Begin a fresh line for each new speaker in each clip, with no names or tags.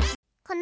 の番組はイオシ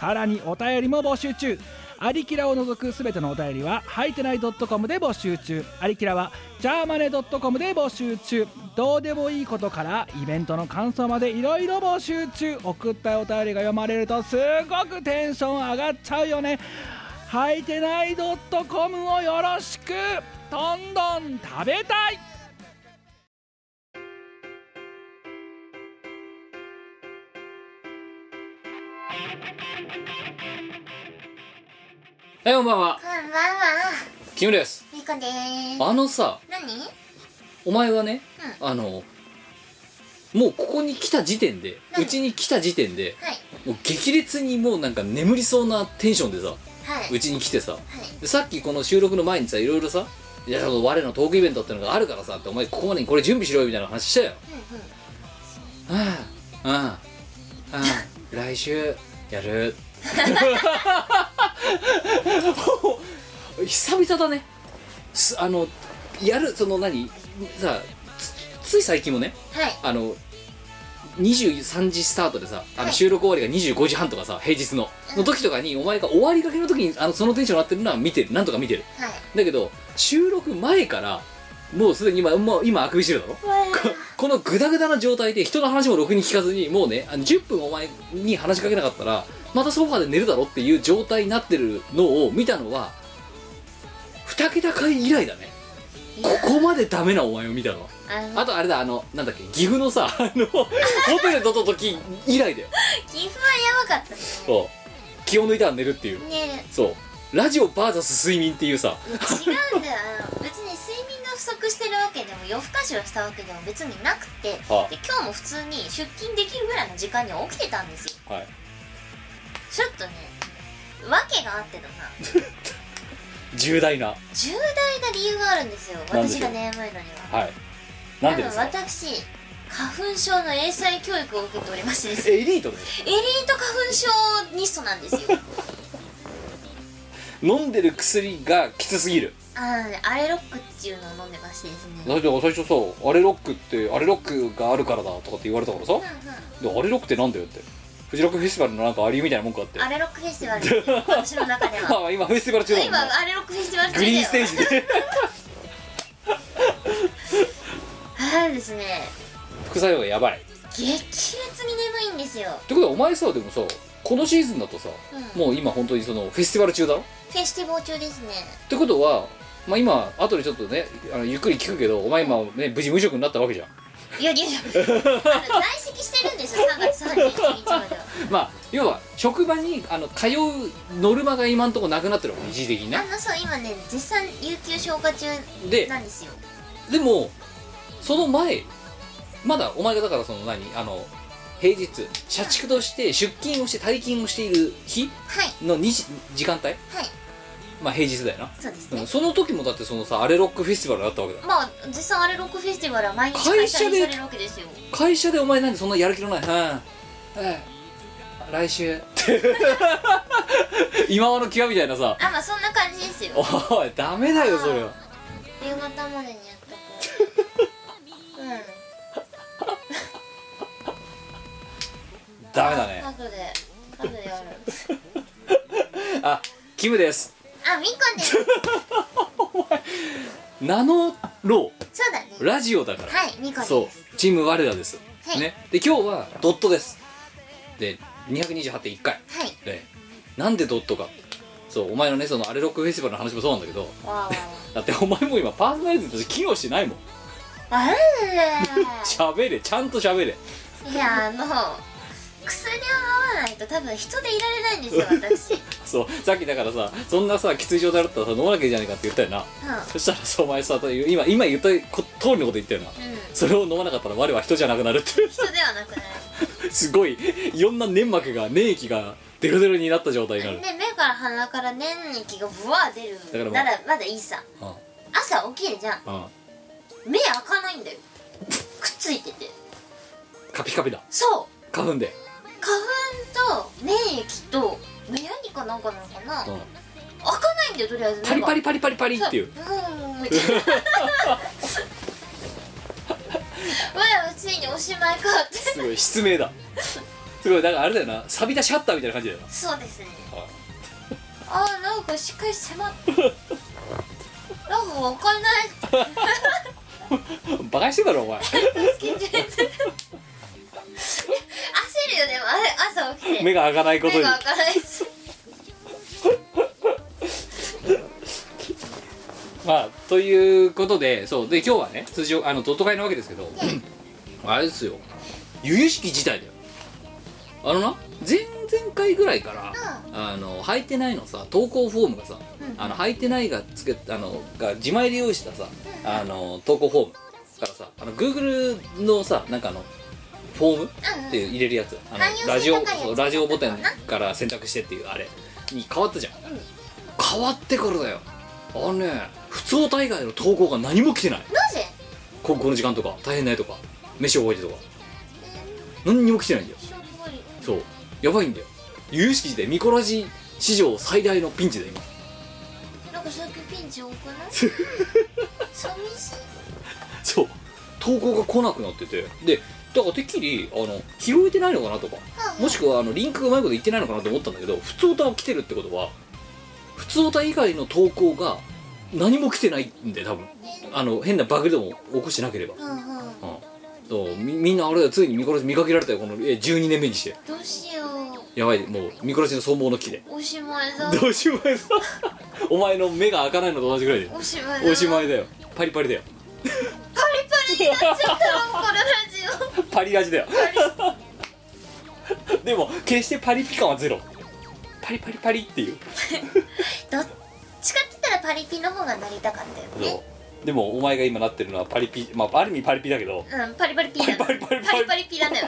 さらにお便りも募集中アリキラを除くすべてのお便りは、はいてない .com で募集中。アリキラは、ジャーマネ .com で募集中。どうでもいいことから、イベントの感想までいろいろ募集中。送ったお便りが読まれると、すごくテンション上がっちゃうよね。はいてない .com をよろしくどんどん食べたい
はい、こんばんは
こ。んばんは
キムです。
みこです
あのさ、
何
お前はね、あの、もうここに来た時点で、
うん
うちに来た時点で、
はい
もう激烈にもうなんか眠りそうなテンションでさ、
はいう
ちに来てさ、
はい
でさっきこの収録の前にさ、いろいろさ、いや、その我のトークイベントってのがあるからさ、ってお前ここまでにこれ準備しろよみたいな話したよ。
う
ああ、ああ、ああ、来週、や る。久々だね。すあの、やる、その何、さつ、つい最近もね、
んうんはい
あの、23時スタートでさ、あ
は
の
い
収録終わりが25時半とかさ、平日の、の時とかに、お前が終わりかけの時に、あの、そのテンションになってるのは見てる、なんとか見てる。
はい
だけど、収録前から、もうすでに今、もう今、あくびしてるだろここのグダグダな状態で人の話もろくに聞かずにもうねあの10分お前に話しかけなかったらまたソファーで寝るだろっていう状態になってるのを見たのは2桁回以来だねここまでダメなお前を見たのは
あの
あとあれだあのなんだっけ岐阜のさあのホテル取った時以来だよ
岐阜はやばかったね
そう気を抜いたら寝るっていう
ね
そうラジオ VS 睡眠っていうさ
え違うんだよ あの別に睡眠が不足してるわけでも夜更かしをしたわけでも別になくてで
は
今日も普通に出勤できるぐらいの時間には起きてたんですよ
はい
ちょっとね訳があってだな
重大な
重大な理由があるんですよ
なんで
私
しょう
が眠いのには
はいなんでです
あ
か
の私花粉症の英才教育を受けておりま してですね
エリートで
エリート花粉症ニストなんですよ
飲んでる薬がきつすぎる
あのねアレロックっていうのを飲んでましてですね
だって最初さ「アレロックってアレロックがあるからだ」とかって言われたからさ
うんう
「でアレロックってなんだよ」ってフジロックフェスティバルのなんかアリみたいなもんかって
んアレロックフェスティバルですよ私の中では
あ今フェスティバル中だもんね
今アレロックフェスティバル中
グ
だよ
リーンステージで
はいですね
副作用がやばいっ
激烈に眠いんですよ、
てことはお前さでもさこのシーズンだとさ
うん、フ
もう今本当にそのフェスティバル中だろっ
ェスティバル中ですね
てことはまあ今後でちょっとねあのゆっくり聞くけどお前今ね無事無職になったわけじゃん
いやいや いやあの在籍してるんですよ3月31日までは
まあ要は職場にあの通うノルマが今んとこなくなってるわけ一時的に
あ
ね
のそう今ね絶賛有給消化中
で
なんですよ
でもその前まだお前がだからその何あの平日社畜として出勤をして退勤をしている日
はい
の2時時間
は
帯
い
まあ平日だよな
そうです
う
ね
ん、その時もだってそのさアレロックフェスティバルだったわけだよ
まあ絶賛アレロックフェスティバルは毎日開
会社
催
で
されるわけですよ
会社でお前なんでそんなやる気のないうんうん来週って今和の際みたいなさ
あまあそんな感じですよ
おいダメだよそれは
夕方までにやっとこううん
ダメだね
あ後で後でやる
あキムです
あみこねそう
名乗ろ
だね
う ラジオだから
はいみこです
そうチーム我らです、
はい
ねで今日はドットですで228.1回
はい
でなんでドットかそうお前のねそのアレロックフェスティバルの話もそうなんだけど
わ
だってお前も今パーソナリティとして機能してないもん
ああれー
喋れちゃんと喋れ
いやあの薬を飲まないと多分人でいられないんですよ 私うん
そうさっきだからさそんなさきつい状態だったらさ飲まなきゃいいじゃないかって言ったよなそしたらさお前さ今今言ったこ通りのこと言ったよな
うん
それを飲まなかったら我は人じゃなくなるって
人ではなくない
すごいいろんな粘膜が粘液がデロデロになった状態になる
で目から鼻から粘液がブワー出
からも
る
う
ならまだいいさ
うん
朝起きるじゃん
うん
目開かないんだよくっついてて
カピカピだ
そう
花粉で
花粉と粘液と目やにかなんかなのかな、
うん
開かないんだよとりあえず
パリパリパリパリパリって いう
そううんみたいなわあついにおしまいかって
すごい失明だすごいだからあれだよな錆びたシャッターみたいな感じだよな
そうですね
あ
あーなんかしっかり迫ってなんか開かない
バカにしてんだろお前
助けて焦るよねあれ朝起きて
目が開かないこと
目
に
が開かないし
まあということでそうで今日はね通常あのドット会なわけですけどあれですよ由々しき事態だよあのな前々回ぐらいから「あの履いてない」のさ投稿フォームがさ「
うん
あの履いてない」がつけあのが自前で用意したさあの投稿フォームからさあの Google のさなんかあのフォーム
うんうん
っていう入れるやつあ
汎用性
のラジ
高
オ
いやつ
そうラジオボタンから選択してっていうあれに変わったじゃん、
うん
変わってからだよあのね普通大会の投稿が何も来てない
なぜ
ここの時間とか大変ないとか飯覚えてとか何にも来てないんだよ
しょんぼり
そうやばいんだよ由々しき時代ミコラジ史上最大のピンチだよ今
なんか最近ピンチ多く ない寂しい
そう投稿が来なくなっててでだからてっきりあの拾えてないのかなとかもしくはあのリンクがうまいこと言ってないのかなと思ったんだけど普通歌は来てるってことは普通歌以外の投稿が何も来てないんで多分あの変なバグでも起こしてなければ、
うんうん
うん、そうみみんなあれだよついに見殺し見かけられたよこのえ12年目にして
どうしよ
やばいもう見殺しの存亡の危機で
うおしまいだ
どうしようもないぞお前の目が開かないのと同じぐらいで
おしまいだ
おしま
い
いだよパリパリだよ
パリパリになっちゃったのこのラジ オ
パリラジだよ
パリ
でも決してパリピ感はゼロパリパリパリっていう
どっちかって言ったらパリピの方がなりたかったよね
そうでもお前が今なってるのはパリピまあある意味パリピだけど
うんパリパリピーだ
パリパリパリパ
パ
リ
リパリピーだね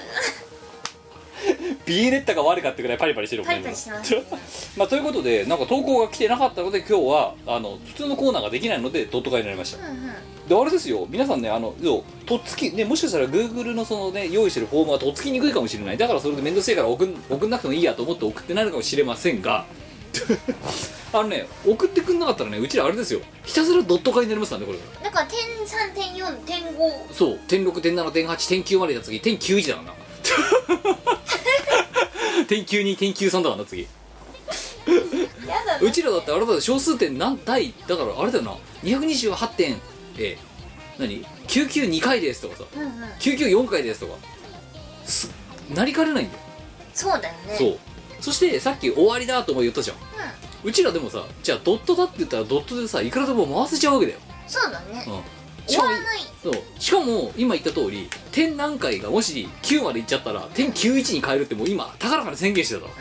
ビエレッタが悪かったぐらいパリパリしてるもん
パリパリしてますね
まあということでなんか投稿が来てなかったので今日はあの普通のコーナーができないのでドット会になりまし
う
た
んうん
であれですよ皆さんねあのそうとっつきねもしかしたら Google のそのね用意してるフォームはとっつきにくいかもしれないだからそれで面倒くせえから送ん送んなくてもいいやと思って送ってないのかもしれませんが あのね送ってくんなかったらねうちらあれですよひたすらドット会になりますからねこれか
な
ら
んか点3点4点5
そう点6点7点8点9までだ次点91だからな 点92点93だからな次
やだ
うちらだってあれだよ小数点何対だからあれだよな228点えー何992回ですとかさ
うんうん
994回ですとかすなりかねないんだよ、
そうだよね
そうそしてさっき終わりだとも言ったじゃん
うん
うちらでもさじゃあドットだって言ったらドットでさいくらでも回せちゃうわけだよ、
そうだね
うん、し
終
か
わ
も
らない
そうしかも今言った通り点何回がもし9までいっちゃったら点91に変えるってもう今高らかに宣言してただろ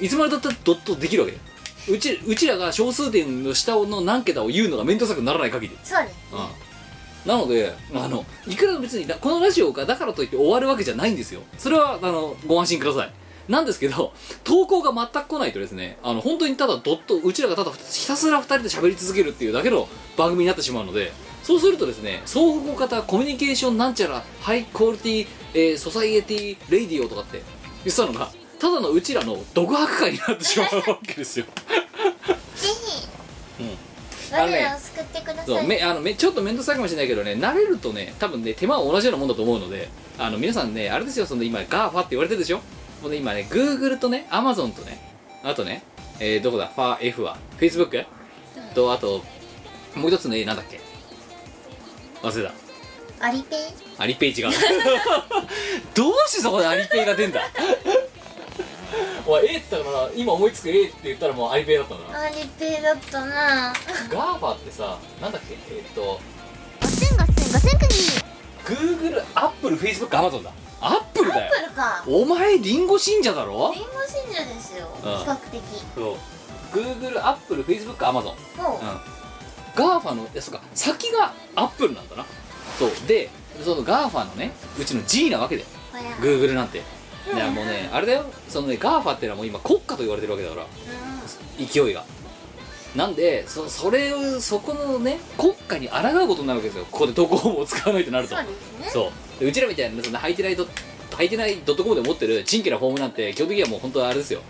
いつまでだったらドットできるわけだようちうちらが小数点の下の何桁を言うのが面倒くさくならない限り、
そうです
うん、なのであのいくら別にだこのラジオがだからといって終わるわけじゃないんですよそれはあのご安心くださいなんですけど投稿が全く来ないとですねあの本当にただドットうちらがただひたすら2人で喋り続けるっていうだけの番組になってしまうのでそうするとですね総合型コミュニケーションなんちゃらハイクオリティ、えーソサイエティレディオとかって言ってたのがただのうちらの独白会になってしまうわけですよ
ぜひ
うんあの
我
ね
らを救ってくださ
そう
い
めあのめちょっと面倒くさいかもしれないけどね慣れるとね多分ね手間は同じようなもんだと思うのであの皆さんねあれですよその今 GAFA って言われてるでしょもうね今ね Google とね Amazon とねあとね、えーどこだ FAF は Facebook とあともう一つねなんだっけ忘れた
アリペイ
アリペイ違う どうしてそこでアリペイが出んだおい A って言ったから今思いつく A って言ったらもうアリペイだったんだな
アリペイだったな
ガ a ってさなんだっけえーっと
ガセンガセンガセンクニー
Google、Apple、Facebook、Amazon だ。アップルだよ。
来るか
お前、リンゴ信者だろ
リンゴ信者ですよ比
うん
較的
そう。Google、Apple、Facebook、Amazon。
もう
うん。GAFA の、えそうか、先が Apple なんだな。そう。で、その GAFA のね、うちの G なわけだよ。
ほや
Google なんて。いやもうねあれだよそのねガーファってのはもう今国家と言われてるわけだから勢いがなんでそそれをそこのね国家に抗うことになるわけですよここでドコモを使わないとなると
そうですね
そうでうちらみたいなそんな履いてないド履いてないドットコムで持ってるチンケなフォームなんて基本的にはもう本当はあれですよ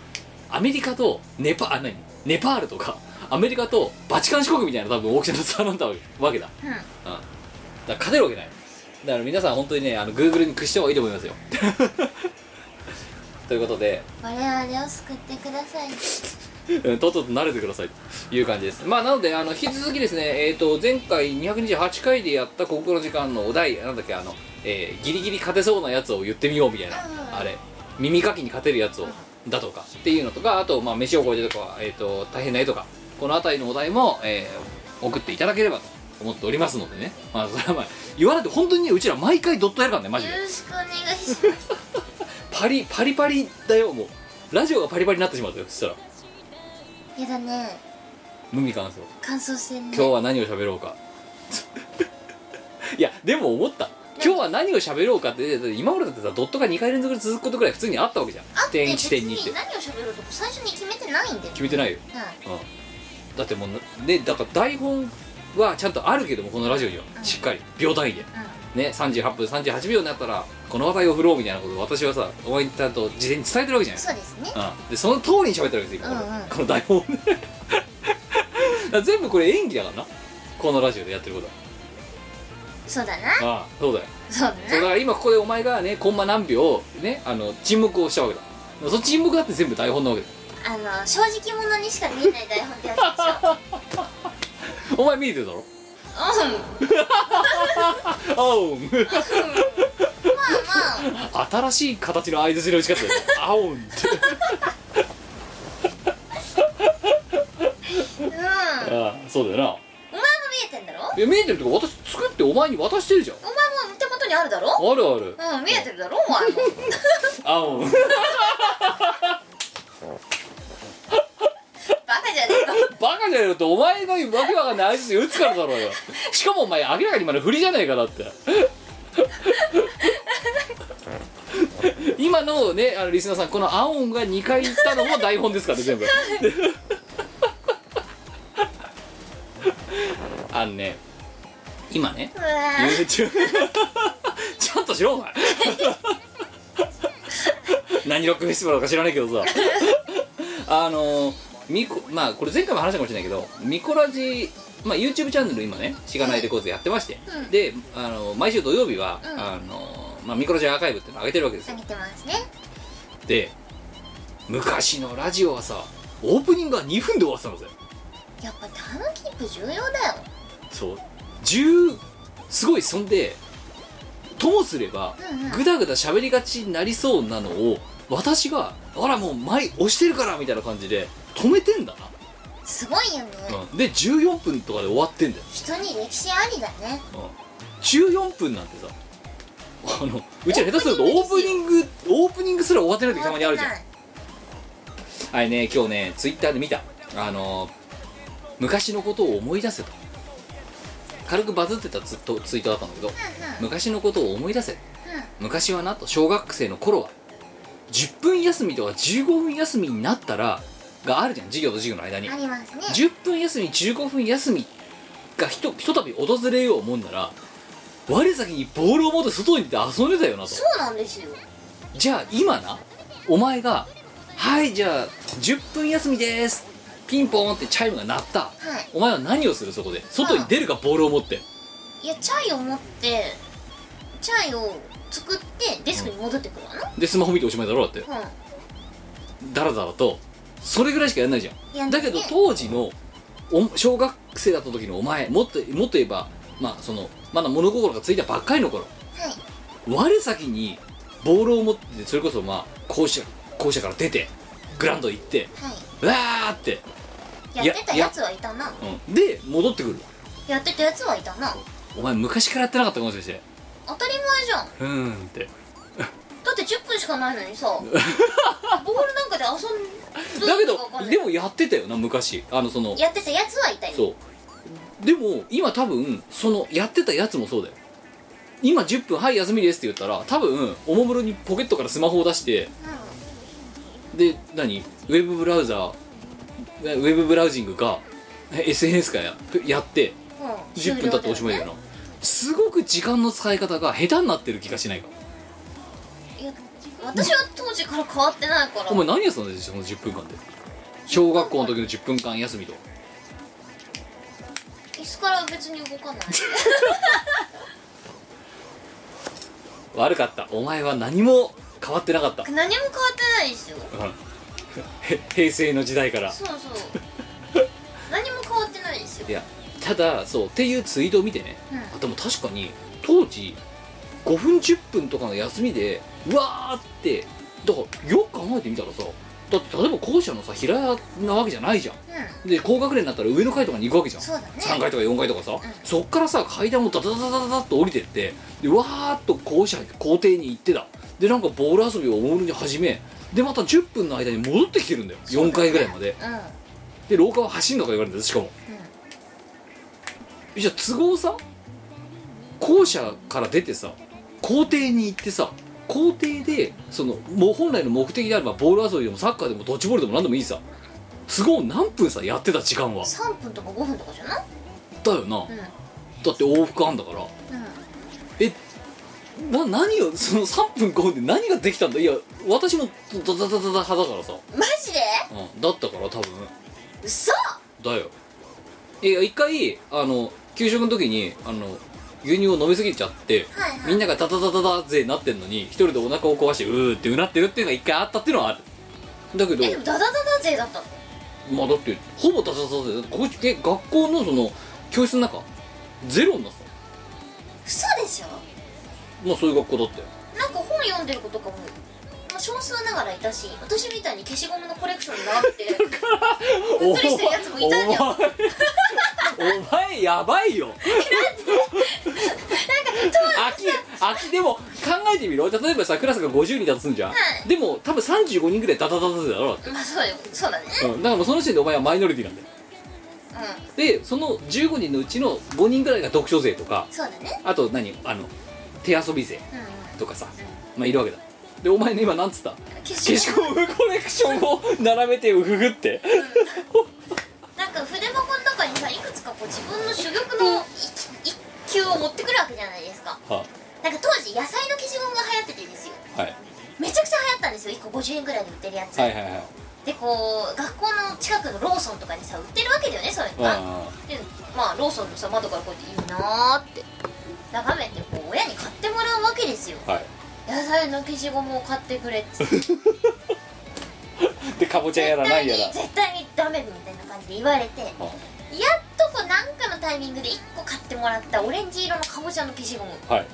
アメリカとネパあ何ネパールとかアメリカとバチカン四国みたいな多分大きさの差なんだわけだ
うん
うんだから勝てるわけないだから皆さん本当にねあの Google に屈した方がいいと思いますよということで
我々を救ってください
うんとっとと慣れてくださいという感じですまあなのであの引き続きですねえっ、と前回228回でやった国語の時間のお題なんだっけあの、えーギリギリ勝てそうなやつを言ってみようみたいな
うん
あれ耳かきに勝てるやつをだとかっていうのとかあとまあ飯を超えてとか、えー、と大変な絵とかこの辺りのお題も、えー送っていただければと思っておりますのでねまあそれはまあ言われて本当にねうちら毎回ドットやるからねマジで
よろしくお願いし ます
パリパリパリだよもうラジオがパリパリになってしまったよそしたら
やだね
無味乾燥
乾燥してんね
今日は何を喋ろうか いやでも思った今日は何を喋ろうかってだって今までだってさドットが2回連続で続くことぐらい普通にあったわけじゃん
あって
点
別
1点2って
に何を喋ろうとか最初に決めてないんだよ
決めてないよ、
うん
うん、だってもうなねだから台本はちゃんとあるけどもこのラジオには
うん
しっかり秒単位で
うん
ね38分38秒になったらこの話題を振ろうみたいなことを私はさお前にちゃんと事前に伝えてるわけじゃない
そうですね
うん、でその通りに喋ってるわけですよ、今
うんうん
この台本を ねだから全部これ演技だからなこのラジオでやってることは
そうだな
ああそうだよ
そう
そう
だ
だ
な
から今ここでお前がねコンマ何秒ねあの沈黙をしたわけだその沈黙だって全部台本なわけだ
あの正直者にしか見えない台本ってやつでし
お前見えてるだろ
ょうん
あおん
まあまあ
新しい形の相づちの打ち方だよあおんって
うんお前も
ああそうだよ
見えてんだろ
ないや見えてるとか私作ってお前に渡してるじゃん
お前も手元にあるだろ
あるある
うん見えてるだろお前も
あおん
バカじゃねえの
バカじゃねえよってお前のわけわかんない相づち打つからだろうよしかもお前明らかに今の振りじゃねえかだって今のねあのリスナーさんこの「あおん」が2回言ったのも台本ですからね全部あのね今ね
うわー
YouTube ちゃんとしろお前何ロックフェスティバルだか知らないけどさあのみこまあこれ前回も話したかもしれないけどミコラジまあ YouTube チャンネル今ねしがないでこうぜやってまして、
うん
であの毎週土曜日は、
うん
あのまあミコラジアーカイブっていうのを上げてるわけです
あ
よ
げてますね
で昔のラジオはさオープニングが2分で終わってたのぜ
やっぱタイムキープ重要だよ
そう10すごいそんでともすれば
うんうん
ぐだぐだ喋りがちになりそうなのを私が「あらもう前押してるから」みたいな感じで止めてんだ
すごいよね
な、で14分とかで終わってんだよ、
人に歴史ありだね
14分なんてさあのうちら下手するとオープニングオープニングすら終わってない時たまにあるじゃん
終わ
あれね今日ねツイッターで見たあのー昔のことを思い出せと軽くバズってたツとツイートだったんだけど
ってない
昔のことを思い出せ
うんうんうん
昔はなと小学生の頃は10分休みとか15分休みになったらがあるじゃん授業と授業の間に
ありますね
10分休み15分休みがひとひとたび訪れようもんなら我先にボールを持って外に出て遊んでたよなと
そうなんですよ
じゃあ今なお前が「はいじゃあ10分休みです」ピンポーンってチャイムが鳴った
はい
お前は何をするそこで外に出るかボールを持って
いやチャイを持ってチャイを作ってデスクに戻ってくるわな
でスマホ見ておしまいだろだって
うん
ダラダラとそれぐらいしかやんないじゃん
やんな
だ
い
け
ね
ど当時のお小学生だった時のお前もっともっと言えばまあそのまだ物心がついたばっかりの頃
はい
我先にボールを持ってそれこそまあ校舎校舎から出てグラウンド行って
は
わーって、
いやってたやつはいたな
うん、で戻ってくる
やってたやつはいたな
お前昔からやってなかったかもしれない
当たり前じゃん
うーんって
だって10分しかないの にさボールなんかで遊ん
だけ
るのかわかん
ど
ない
でもやってたよな昔あのその
やってたやつはいたよ
そうでも今多分そのやってたやつもそうだよ今10分はい休みですって言ったら多分おもむろにポケットからスマホを出してで何ウェブブラウザーウェブブラウジングかえ SNS かややって
うんもう
10分経っておしまいだよ
な
なすごく時間の使い方が下手になってる気がしないか
私は当時から変わってないから
お前何やってたんですよその10分間で小学校の時の10分間休みと
椅子からは別に動かない
悪かったお前は何も変わってなかった、
何も変わってないですよ
うんへ 平成の時代から
そうそう何も変わってないですよ
いやただそうっていうツイートを見てね、
うん
あでも確かに当時5分10分とかの休みでうわーってだからよく考えてみたらさだって例えば校舎のさ平屋なわけじゃないじゃん
う
で高学年になったら上の階とかに行くわけじゃん
んそうだね
3階とか4階とかさ、
ん
そっからさ階段をダダダダダダッと降りてってでわーっと校舎校庭に行ってたでなんかボール遊びをおもむろに始めでまた10分の間に戻ってきてるんだよ4階ぐらいまで
うんうん
で廊下は走んのか言われてるしかもじゃあ都合さ校舎から出てさ校庭に行ってさ校庭でそのもう本来の目的であればボール遊びでもサッカーでもドッジボールでも何でもいいさ都合何分さやってた時間は
3分とか5分とかじゃない
だよな、
うん
だって往復あんだからえな何をその3分5分で何ができたんだいや私もダダダダダ派だからさ、
うんマジで
うん、だったから多分
嘘
だよいや一回あの給食の時にあの牛乳を飲みすぎちゃって
はいはい
みんながダダダダダぜなってんのに一人でお腹を壊してうーってうなってるっていうのが一回あったっていうのはあるだけど
えでもダダダダ勢だったの
まあだってほぼダダダダだよだってこえ学校のその教室の中ゼロになって
嘘でしょ
たまあそういう学校だったよ
なんか本読んでる子とかも、まあ、少数ながらいたし私みたいに消しゴムのコレクションになって うっとりしてるやつもいたんじゃん
お前お前やばいよ空き空きでも考えてみろ例えばさクラスが50人だとすんじゃん、
い
でも多分35人ぐらいダダダダだろ、
まあそうよそうだね
うん、だからもうその時点でお前はマイノリティなんだよ
う
でその15人のうちの5人ぐらいが読書勢とか
んそうだね
あと何あの手遊び勢
うんうん
とかさまあいるわけだでお前の今なんつった消
消し
し
ゴム
ゴムコレクションを並べてうふふって
なんか筆箱の中にさいくつかこう自分の珠玉の一一球を持ってくるわけじゃないですか
は
なんか当時野菜の消しゴムが流行っててですよ
はい
めちゃくちゃ流行ったんですよ1個50円ぐらいで売ってるやつ、
はいはいはい
でこう学校の近くのローソンとかにさ売ってるわけだよねそういうのが
あ
でまあローソンのさ窓からこうやっていいなーって眺めてこう親に買ってもらうわけですよ
あはい
野菜の消しゴムを買ってくれっつって
でかぼちゃやらないやら
絶対に絶対にダメみたいな感じで言われてやっ
は
とこうなんかのタイミングで1個買ってもらったオレンジ色のかぼちゃの消しゴム
あはい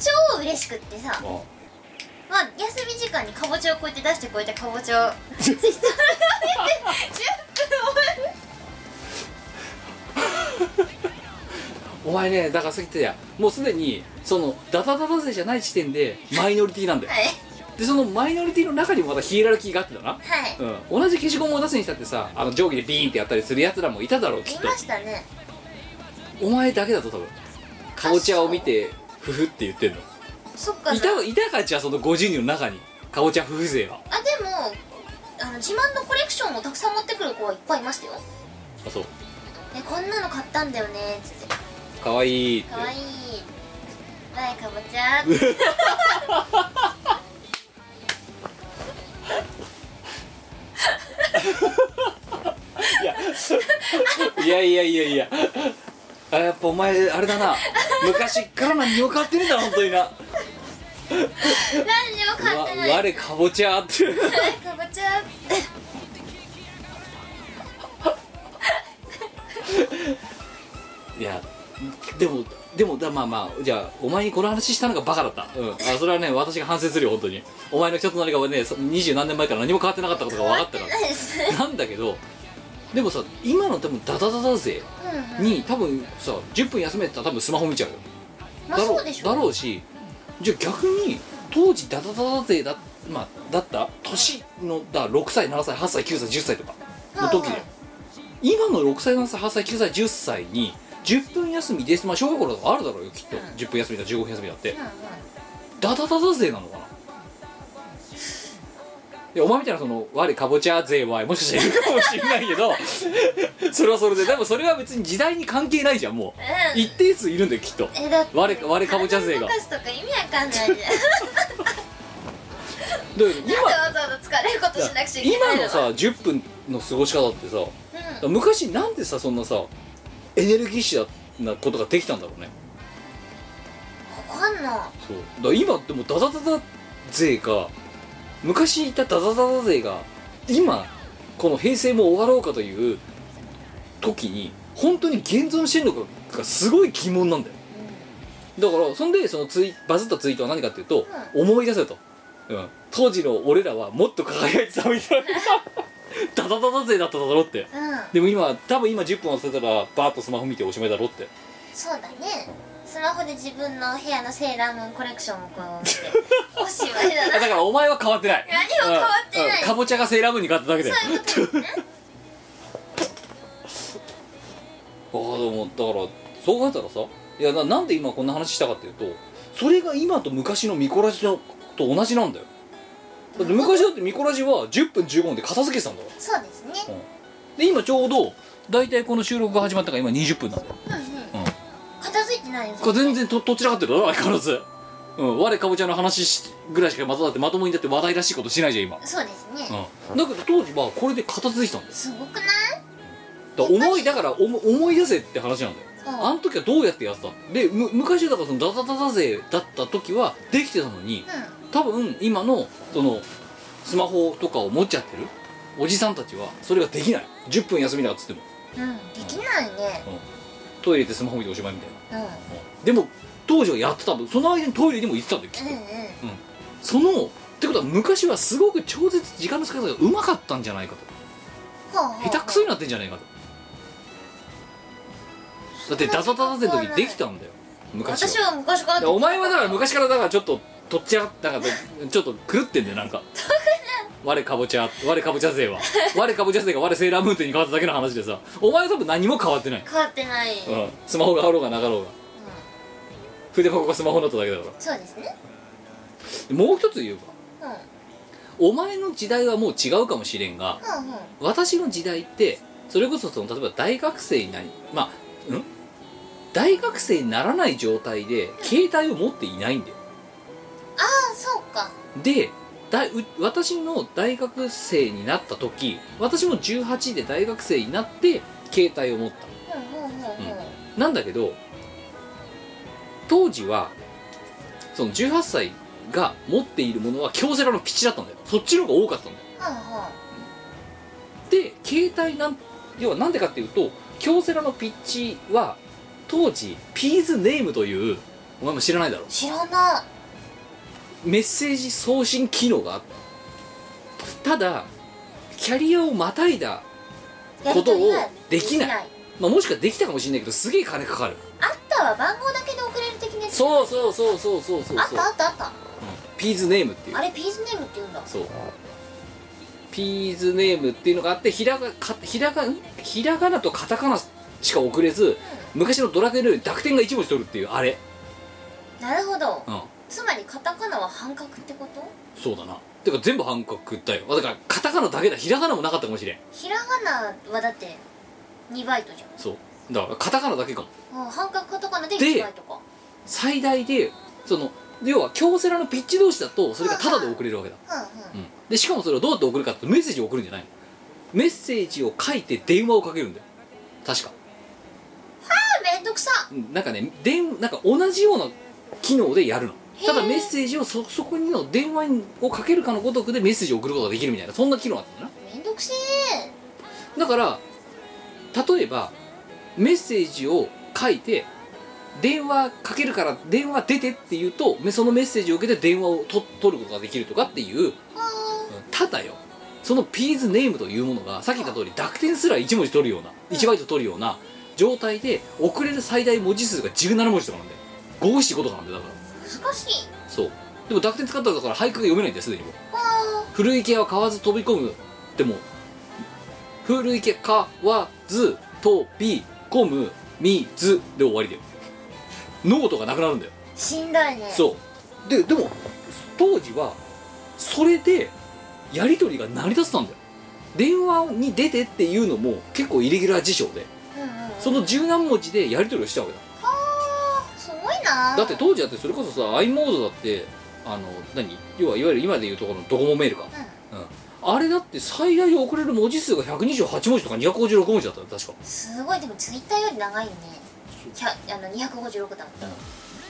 超嬉しくってさ
ああ
まあ休み時間にかぼちゃをこうやって出してこうやってかぼちゃ を 人が見て10分終わる
お前ねだからさっき言ったやもうすでにそのダダダダ勢じゃない時点でマイノリティなんだよ
はい
でそのマイノリティの中にもまたヒエラルキーがあってだな、
はい
うん、同じ消しゴムを出すにしたってさあの定規でビーンってやったりするやつらもいただろうき
い
っと
ましたね
お前だけだと多分かぼちゃを見てフフって言ってんの
そっか
いたいたかじゃあその50人の中にかぼちゃフフ勢は
あでもあの自慢のコレクションをたくさん持ってくる子はいっぱいいましたよ、ね、
あそう
こんなの買ったんだよねっつって
かわいいって
かわいいバイかぼち ゃーって
いやいやいやいやいや あやっぱお前あれだな昔っから何を買ってるんだ本当にな
何にも買ってな
わ
い
我かぼちゃって
バイかぼちゃーって
いやでもでもだまあまあじゃあお前にこの話したのがバカだったうんあそれはね私が反省するよ本当にお前の人となりがねそ二十何年前から何も変わってなかったことが分かったか
ないです
らなんだけどでもさ今の多分ダダダダ勢
うん、うん、
に多分さ10分休めてたら多分スマホ見ちゃうよ
まあ
だろ
そうでしょ
だろうしじゃあ逆に当時ダダダダ勢だ,、まあ、だった年のだ6歳7歳8歳9歳10歳とかの時だよ、今の6歳7歳8歳9歳10歳に10分休みですまあ小学校だとあるだろうよきっと、
うん
10分休みだ15分休みだって
うんうん
ダダダダ勢なのかないやお前みたいなその我かぼちゃ勢はもしかしているかもしれないけどそれはそれででもそれは別に時代に関係ないじゃんも
う
う
ん
一定数いるんだよきっと
えだって
我我かぼちゃ勢
体
が
動かすとか意味わかんないじゃん
だよ
なんでわざわざ疲れることしなくちゃいけな
今
いの
のさ10分の過ごし方ってさ
うん
昔なんでさそんなさエネルギッシュなことができたんだろうね
わかんな
そうだから今でもダダダダ勢が昔いたダダダダ勢が今この平成も終わろうかという時に本当に現存してるのかがすごい疑問なんだよだからそんでそのツイバズったツイートは何かっていうと、思い出せと、うん、当時の俺らはもっと輝いてたみ たいなダダダダ勢だっただろって
いうん
でも今多分今10分忘れたらバーッとスマホ見ておしまいだろって
そうだねスマホで自分の部屋のセーラームーンコレクションをこう見て おしまいだ
あ
な
だからお前は変わってない
何も変わってない
うんうんかぼちゃがセーラームーンに変わっただけで
そういうことですね
ああでもだからそう考えたらさいやななんで今こんな話したかっていうとそれが今と昔のミコラジのと同じなんだよだって昔だってミコラジは10分15分で片付けてたんだから
そうですね
で今ちょうど大体この収録が始まったから今20分なんだよ
うんうん片付いてないよ
これ全然ととっちらかってるだろ相変わらずうん我かぼちゃの話しぐらいしかまただってまともにだって話題らしいことしないじゃん今
そうですね
うんだけど当時はこれで片付いてたんです
すごくない
だから思いだから思思い出せって話なんだよ
うん
あの時はどうやってやってたのでむ昔だからそのダダダダ勢だった時はできてたのに
う
多分今のそのスマホとかを持っちゃってるおじさんたちはそれができない10分休みだっつっても
んうんできないね
トイレでスマホ見ておしまいみたい
うん
な
うん
うんでも当時はやってた分その間にトイレにも行ってたんだよきっと、
うん
そのってことは昔はすごく超絶時間の使い方がうまかったんじゃないか
ほうほうほ
と
う
下手くそになってんじゃないかとだってダダダダでの時できたんだよ昔
私
は
は昔から
いやお前はだから昔からだからちょっととっちゃだからちょっと狂ってんだよなんか我かぼちゃ我かぼちゃ勢は我かぼちゃ勢が我セーラームーンテに変わっただけの話でさお前は多分何も変わってない、
変わってない、
う
うん
ん、スマホがあろうがなかろうが筆箱がスマホになっただけだから
そうですね
でもう一つ言えば
うんうん
お前の時代はもう違うかもしれんが
うん
私の時代ってそれこそその例えば大学生になりまあん大学生にならない状態で携帯を持っていないんだよ
ああそうか
でだいう私の大学生になった時私も18で大学生になって携帯を持っ
うんうんうんうん
たなんだけど当時はその18歳が持っているものは京セラのピチだったんだよそっちの方が多かったんだよで携帯なん要はなんでかっていうと京セラのピッチは当時ピーズネームというお前も知らないだろ
知らな
メッセージ送信機能があったただキャリアをまたいだ、
いやりとりが
ことをでき
で
ない
きない
まあ、もしくはできたかもしれないけどすげえ金かかる
あったは番号だけで送れる的なやつ
そうそうそうそうそうそう
あっ
そう
たあったあった
ピーズネームっていう
あれピースネームって言うんだ
そうピーズネームっていうのがあってひらがかひらがんひらがなとカタカナしか送れず昔のドラクエのように濁点が1文字取るっていうあれ
なるほど
うん
つまりカタカナは半角ってこと
そうだなてか全部半角だよあだからカタカナだけだひらがなもなかったかもしれん
ひらがなはだって2バイトじ
そうだからカタカナだけかも
ゃんうん半角カタカナで
で
1バイトか
最大でその要は京セラのピッチ同士だとそれがタダで送れるわけだ、
うん
うんでしかもそれをどうやって送るかっていうとメッセージを送るんじゃないのメッセージを書いて電話をかけるんだよ確か
うんめんどくさ
うんなんかね電なんか同じような機能でやるの
へー
ただメッセージをそそこにの電話をかけるかのごとくでメッセージを送ることができるみたいなそんな機能があったんだ
めんどくせえ
なだから例えばメッセージを書いて電話かけるから電話出てって言うとめそのメッセージを受けて電話をと取ることができるとかっていう
あ
ただよそのピーズネームというものがさっき言った通り濁点すら1文字取るような1バイト取るような状態で遅れる最大文字数が17文字とかなんで五七五とかなんでだか
ー難しい
らそうでも濁点使ったらだから俳句が読めないんですでにもう
あ
古い系は買わず飛び込むでも古い系買わず飛び込むみずで終わりだよノートがなくなるんだよ
しんどいね
そうででも当時はそれでやり取りが成り立ってたんだよ電話に出てっていうのも結構イレギュラー事情で
うんうんうん
その十何文字でやり取りをしたわけだ
はあすごいな
だって当時だってそれこそさ i モードだってあの何要はいわゆる今でいうところのドコモメールか
う
あれだって最大送れる文字数が128文字とか256文字だったよ確か
んすごいでもツイッターより長いよね100あの256だ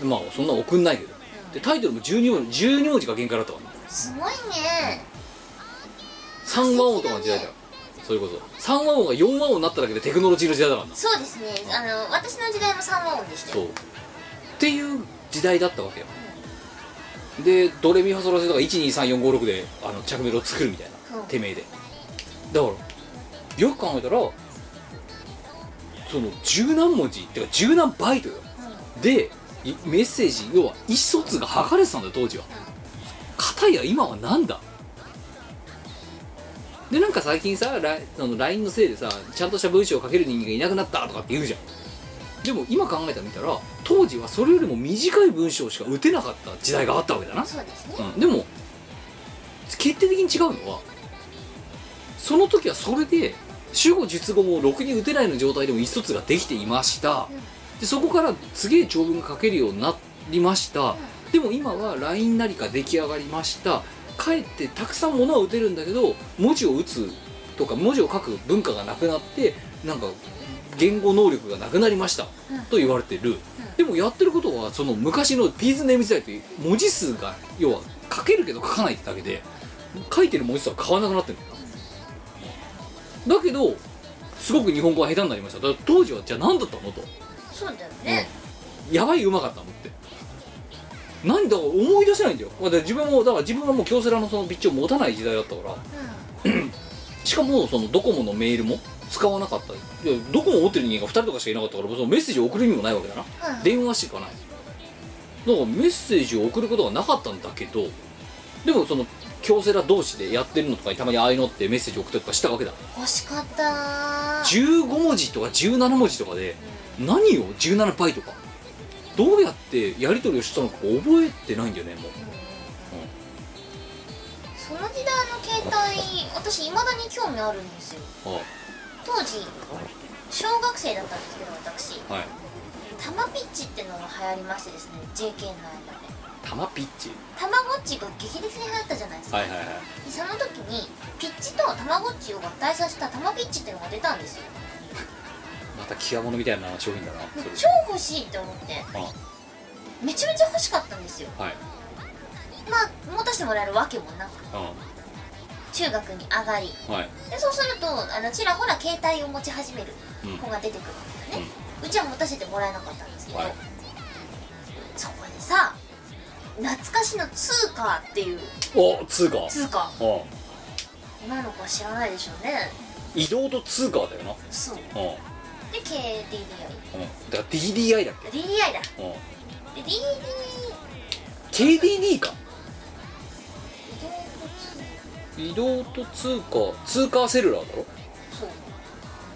もん、
まあそんな送んないけど
うん
でタイトルも12文字12文字が限界だったからね
すごいね
3和音とかの時代だよそれこそ3和音が4和音になっただけでテクノロジーの時代だからな
そうですねあの私の時代も3和音でした
そう
よ
っていう時代だったわけよでドレミファソラシドが123456であの着メロを作るみたいな、
うん
てめえでだからよく考えたらその十何文字っていうか十何バイトよ
うん
でいメッセージ要は意思疎通が図れてたんだよ当時は片や今はなんだでなんか最近さライその LINE のせいでさちゃんとした文章を書ける人間がいなくなったとかって言うじゃんでも今考えたらみたら当時はそれよりも短い文章しか打てなかった時代があったわけだな、
そうですね
うん、でも決定的に違うのはその時はそれで主語述語もろくに打てないの状態でも意思疎通ができていました、
うん
でそこからすげえ長文が書けるようになりました、でも今は LINE なりが出来上がりましたかえってたくさんものは打てるんだけど文字を打つとか文字を書く文化がなくなってなんか言語能力がなくなりました、
うん
と言われてる、でもやってることはその昔のピーズネーム時代という文字数が要は書けるけど書かないってだけで書いてる文字数は変わらなくなってるのだけどすごく日本語は下手になりましただから当時はじゃあ何だったのと
そうだよね
やばいうまかったのって何だか思い出せないんだよだから自分もだから自分がもう京セラのそのピッチを持たない時代だったから
う
しかもそのドコモのメールも使わなかったいやドコモ持ってる人間が2人とかしかいなかったからそのメッセージを送る意味もないわけだなん
うん
電話しかないだからメッセージを送ることがなかったんだけどでもその京セラ同士でやってるのとかにたまにああいうのってメッセージ送ったりとかしたわけだ
欲しかったー
15文字とか17文字とかで何を17倍とかどうやってやり取りをしたのか覚えてないんだよねもう
その時代の携帯私いまだに興味あるんですよ
あ
当時小学生だったんですけど私
あはい
タマピッチってのが流行りましてですね JK の間で
玉ピッチ
たまごっちが激烈に流行ったじゃないですか、
はいはいはい
でその時にピッチとたまごっちを合体させたたまピッチってのが出たんですよ
また極物みたいな商品だなそれ
超欲しいって思って
あ
めちゃめちゃ欲しかったんですよ
あはい
まあ持たせてもらえるわけもなく
あ
中学に上がり
あはい
でそうするとあのちらほら携帯を持ち始める
うん
子が出てくるんだよね、うちは持たせてもらえなかったんですけど、
はい
そこでさ懐かしの通貨っていう
お通貨
通貨
ああ
今の子は知らないでしょうね
移動と通貨だよな
そう
うん
で KDDI
うんだから DDI だっ
DDI だ
け、うん、
で DD
KDD か移動と通貨通貨セルラーだろ
そう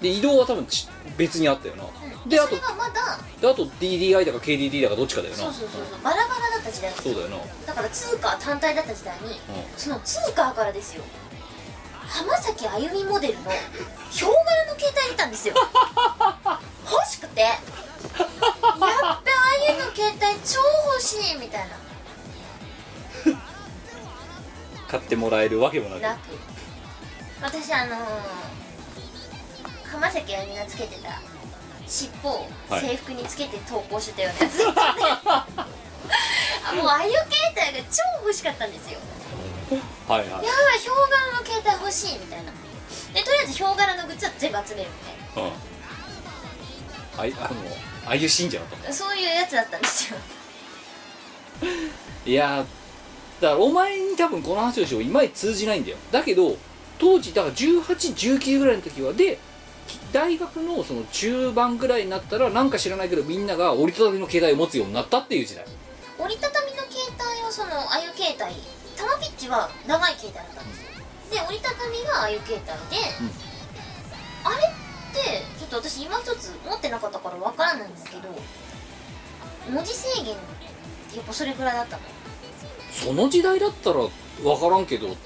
で移動は多分ち別にあったよな、
うん
であと
それがまだ
であと DDI だか KDD だかどっちかだよな
そうそうそうそうバラバラだった時代
うんそうだよな、うん、
だから通貨単体だった時代にその通貨からですよ浜崎あゆみモデルのヒョウ柄の携帯出たんです よ欲しくてやっべああいうの携帯超欲しいみたい
買ってもらえるわけもなく
な楽私あのー、浜崎あゆみがつけてた尻尾を
はい
制服につけて投稿してたようなやつ、 あもうああいう携帯が超欲しかったんですよ
はいはい
やばいヒョウ柄の携帯欲しいみたいなでとりあえずヒョウ柄のグッズは全部集めるみたいな
うんあいあのああいう信者だと
そういうやつだったんです よ
いやーだからお前に多分この話をしてもいまいち通じないんだよだけど当時だから1819ぐらいの時はでき大学のその中盤ぐらいになったらなんか知らないけどみんなが折りたたみの携帯を持つようになったっていう時代
折りたたみの携帯はそのあゆ携帯タマピッチは長い携帯だったんですよで折りたたみがあゆ携帯で、
うん
あれってちょっと私今一つ持ってなかったからわからないんですけど文字制限ってやっぱそれぐらいだったの
その時代だったら分からんけど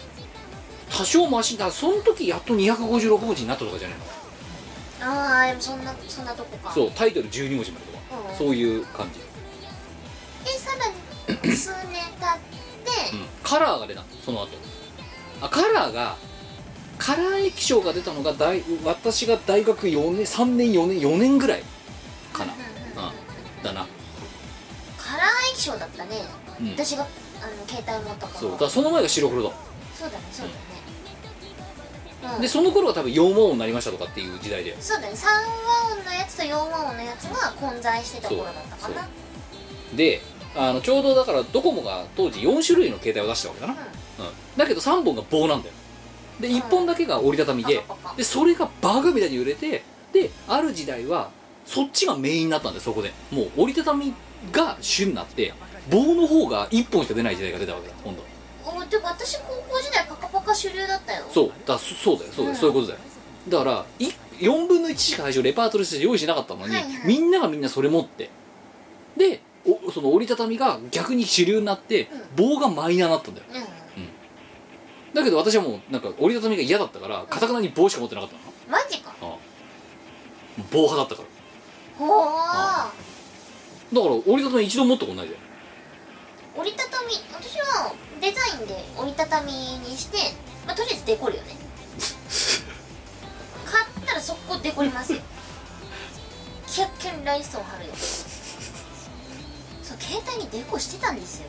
多少マシだその時やっと256文字になったとかじゃないの
ああでもそんなそんなとこか
そうタイトル12文字までとか、
うん
そういう感じ、
でさらに数年経って、
うんカラーが出たその後あカラーがカラー液晶が出たのが大私が大学4年3年4年4年ぐらいかな、
うんうんうんうん
だな
カラー液晶だったね、
うん
私があの携帯持ったから
そうだからその前が白黒だ、
そうだねそうだね、うん
でその頃は多分羊毛になりましたとかっていう時代だよ
そうだね三和音のやつと四和音のやつが混在してた頃だったかな
そうであのちょうどだからドコモが当時4種類の携帯を出したわけだな、うんだけど3本が棒なんだよで1本だけが折りたたみで
パカパカ
でそれがバカみたいに売れてである時代はそっちがメインになったんだよそこでもう折りたたみが主になって棒の方が1本しか出ない時代が出たわけだ今度
うんおてか私高校時代パカパカ主流だったよ
そうだそそうだよそうだよ、
うん
そういうことだよだからい4分の1しか最初レパートリーとして用意しなかったのに、
はいはい
みんながみんなそれ持ってでおその折りたたみが逆に主流になって、棒がマイナーになったんだよ
うん
だけど私はもうなんか折りたたみが嫌だったからかたくなに棒しか持ってなかったの
マジか
棒派だったから
ほ
あ
ー
だから折りたたみ一度持ったことないじゃん
折りたたみ私はデザインで折りたたみにして、まあ、とりあえずデコる よね買ったら速攻デコりますよキャッキャにラインストーン貼るよそう携帯にデコしてたんですよ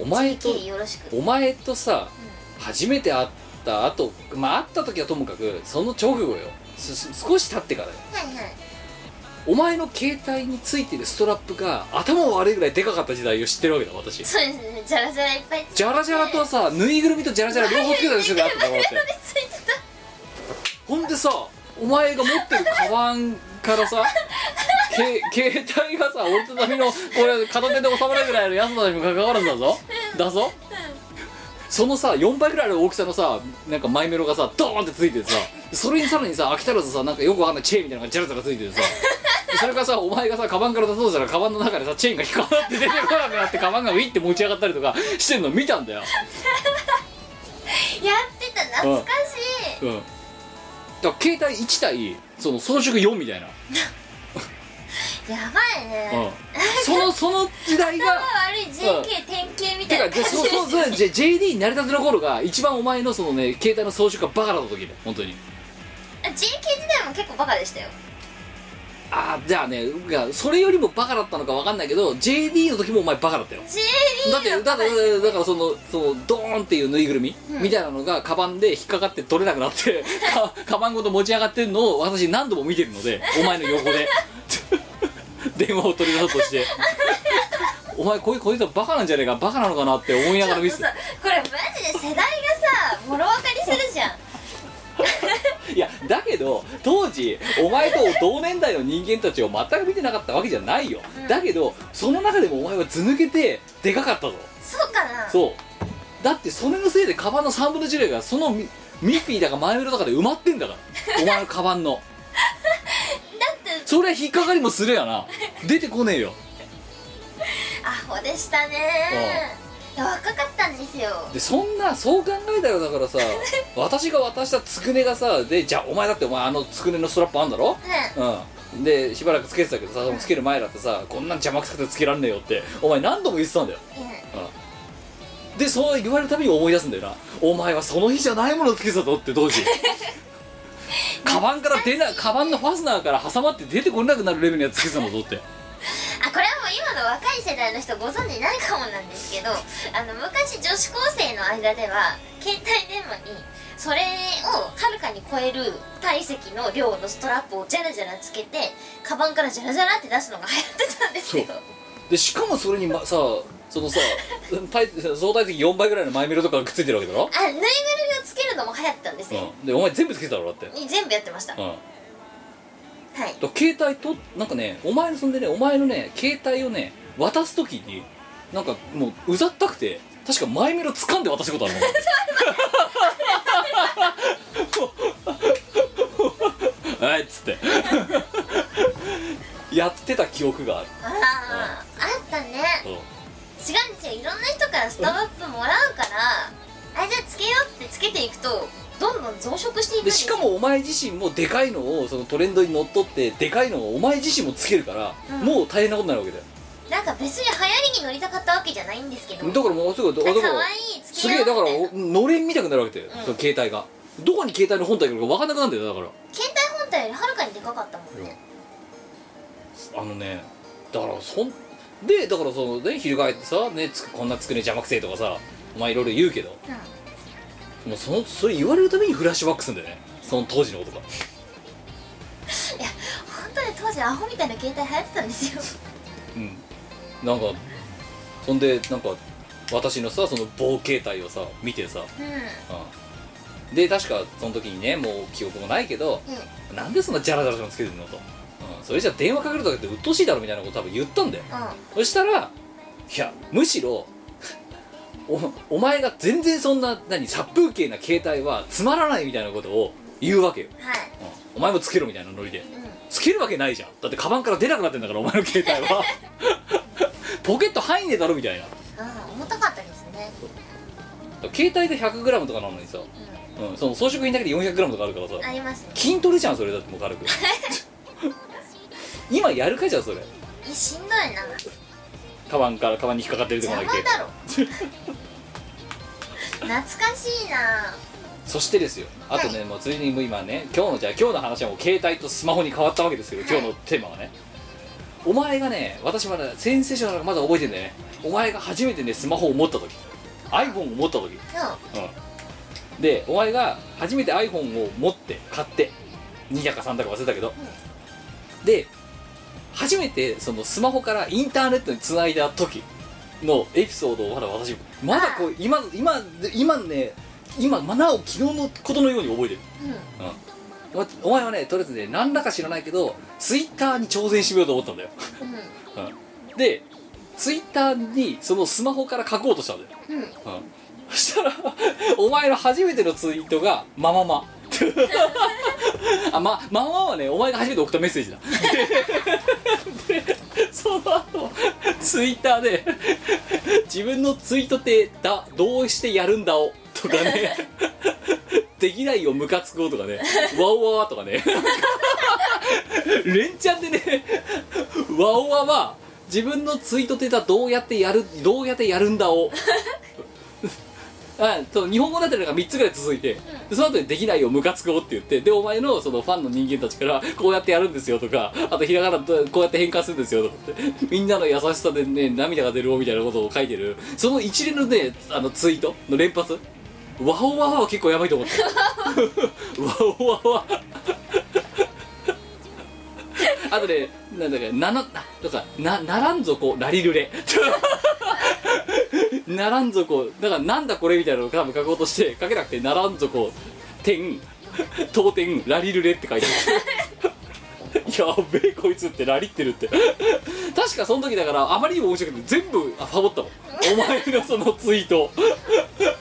お前と
TK よろしく
お前とさ初めて会った後まあ会った時はともかくその直後よすす少し経ってからよ
はいはい
お前の携帯についてるストラップが頭悪いぐらいでかかった時代を知ってるわけだ私
そうですねじゃらじゃらいっぱいついて
ジャラジ ャラとさぬいぐるみとジャラジャラ両方つけたりするのあったと思って
ついてた
ほんでさお前が持ってるカバンからさけ携帯がさ折りたたみのこれ片手で収まるぐらいのやつなのにもかかわらずだぞだぞそのさ4倍ぐらいの大きさのさなんかマイメロがさドーンってついててさそれにさらにさ飽き足らずさなんかよくわかんないチェーンみたいなのがジャラジャラついててさそれからさお前がさカバンから出そうとしたらカバンの中でさチェーンが引っかかって出てこなくなってカバンがウィって持ち上がったりとかしてんの見たんだよ
やってた懐かしい
うんだから携帯1対その装飾4みたいな
やばい ね
そのその時 代が
悪い JK 典型み
て
たいな感
か
じ
で
です
そうそうそう
ね
J- JD になりたての頃が一番お前のそのね携帯の装飾がバカだった時だよ本当に
JK 時代も結構バカでしたよ
ああじゃあねがそれよりもバカだったのか分かんないけど JD の時もお前バカだったよ
JD
だってだ
のバ
だ
カです
だだからそのそのドーンっていうぬいぐるみ、
うん
みたいなのがカバンで引っかかって取れなくなってかカバンごと持ち上がってるのを私何度も見てるの でお前の横で 電話を取り出そうとして お前こういうこいつはバカなんじゃねえかバカなのかなって思いながら見
そ
せ
うそうこれマジで世代がさもろ分かりするじゃん
いやだけど当時お前と同年代の人間たちを全く見てなかったわけじゃないよ、
うん
だけどその中でもお前は図抜けてでかかったぞ
そうかな
そうだってそれのせいでカバンの3分の1ぐらいがそのミミッフィーだかマイメロだかで埋まってんだからお前のカ バンの
だって
それは引っかかりもするやな出てこねえよ
アホでしたねいや若かったんですよ
でそんなそう考えたらだからさ私が渡したつくねがさでじゃあお前だってお前あのつくねのストラップあんだろ
うんい
うんでしばらくつけてたけどさつける前だってさこんなん邪魔くさくてつけらんねえよってお前何度も言ってたんだよ
や
でそう言われるたびに思い出すんだよなお前はその日じゃないものをつけてたぞって当時カバンから出なカバンのファスナーから挟まって出てこれなくなるレベルのやつつけてたのぞって
あこれはもう今の若い世代の人ご存知ないかもなんですけどあの昔女子高生の間では携帯電話にそれをはるかに超える体積の量のストラップをジャラジャラつけてカバンからジャラジャラって出すのが流行ってたんですよ
そうでしかもそれに、ま、さそのさ体相対的4倍ぐらいのマイメロとかがくっついてるわけだろ、
あぬいぐるみをつけるのも流行ってたんですよ、
うん、でお前全部つけてたろだって、うん、だか
に全部やってました、はい
ら携帯となんかねお前のそんでねお前のね携帯をね渡す時になんかもううざったくて確かマイメロ掴ん で渡し たことあるのもう「はい」っつって やってた記憶がある、
あらあったね違うんですよいろんな人からスタバップもらうからあじゃあつけようってつけていくとどんどん増殖していくん
で
で
し
す
か
よ
もお前自身もでかいのをそのトレンドにのっとってでかいのをお前自身もつけるから、
うん
もう大変なことになるわけだよ
なんか別に流行りに乗りたかったわけじゃないんですけど
だからもうすぐだ
可愛
か
い
ら
つ
す
けよ
げえだ
う
から
みたいな
のれん見たくなるわけだよ、
うん
その携帯がどこに携帯の本体があるか分かんなくなるんだよだから
携帯本体よりはるかにでかかったもんね
あのねだからそんでだからそのね翻ってさ、ね、つくこんなつくね邪魔くせえとかさお前いろいろ言うけど
うん
もうそのそれ言われるためにフラッシュバックするんだよねその当時のことが
いや本当に当時アホみたいな携帯流行ってたんですよ
うんなんかそんでなんか私のさその棒携帯をさ見てさ、
うんうん
うん、で確かその時にねもう記憶もないけどなんでそんなジャラジャラしたのつけてんのと、うん、それじゃ電話かけるだけで鬱陶しいだろみたいなこと多分言ったんだよそしたらいやむしろおお前が全然そんな何殺風景な携帯はつまらないみたいなことを言うわけよ、
はい
うんお前もつけろみたいなノリで
うん
つけるわけないじゃんだってカバンから出なくなってんだからお前の携帯は ポケット入んねえだろみたいな
うん重たかったですね
携帯が 100g とかなのにさ、
う
うん、その装飾品だけで 400g とかあるからさ
んありますね
筋トレじゃんそれだってもう軽 く今やるかじゃんそれ
いやしんどいな
カバンからカバンに引っかかってるとこ
邪
ま
魔
で
だろ 懐かしいな
そしてですよあとね、もうついにもう今ね今日のじゃあ今日の話はもう携帯とスマホに変わったわけですけど今日のテーマはねお前がね私まだセンセーショナルまだ覚えてんだよねお前が初めてねスマホを持った時 iPhone を持った時
そう
うん、でお前が初めて iPhone を持って買って2だか3だか忘れたけど、で初めてそのスマホからインターネットにつないだ時のエピソードをまだ私まだこう今今今ね今なお昨日のことのように覚えてる、
うん
うんお前はねとりあえずね何らか知らないけどツイッターに挑戦してみようと思ったんだよ、
う
うん、でツイッターにそのスマホから書こうとしたんだよ
んうん
そしたらお前の初めてのツイートが「ままま」 あまままはねお前が初めて送ったメッセージだででその後ツイッターで「自分のツイートってだどうしてやるんだを」とかね「できないよムカつくを」とかね「わおわわ」とかね連チャンでね「わおわは自分のツイートってだどうやってやるどうやってやるんだを」あそう日本語だったのが3つぐらい続いて、でその後に「できないよムカつくお」って言ってでお前のそのファンの人間たちから 「こうやってやるんですよ」とかあとひらがなとこうやって変換するんですよとかってみんなの優しさでね涙が出るおみたいなことを書いてるその一連のねあのツイートの連発ワオワオは結構やばいと思ったワオワオはあとねなんだかななとかなならんぞこラリルレ ならんぞこだからなんだこれみたいなのを多分書こうとして書けなくてならんぞこ点当点ラリルレって書いてある やべえこいつってラリってるって確かその時だからあまりにも面白くて全部あファボったもんお前のそのツイート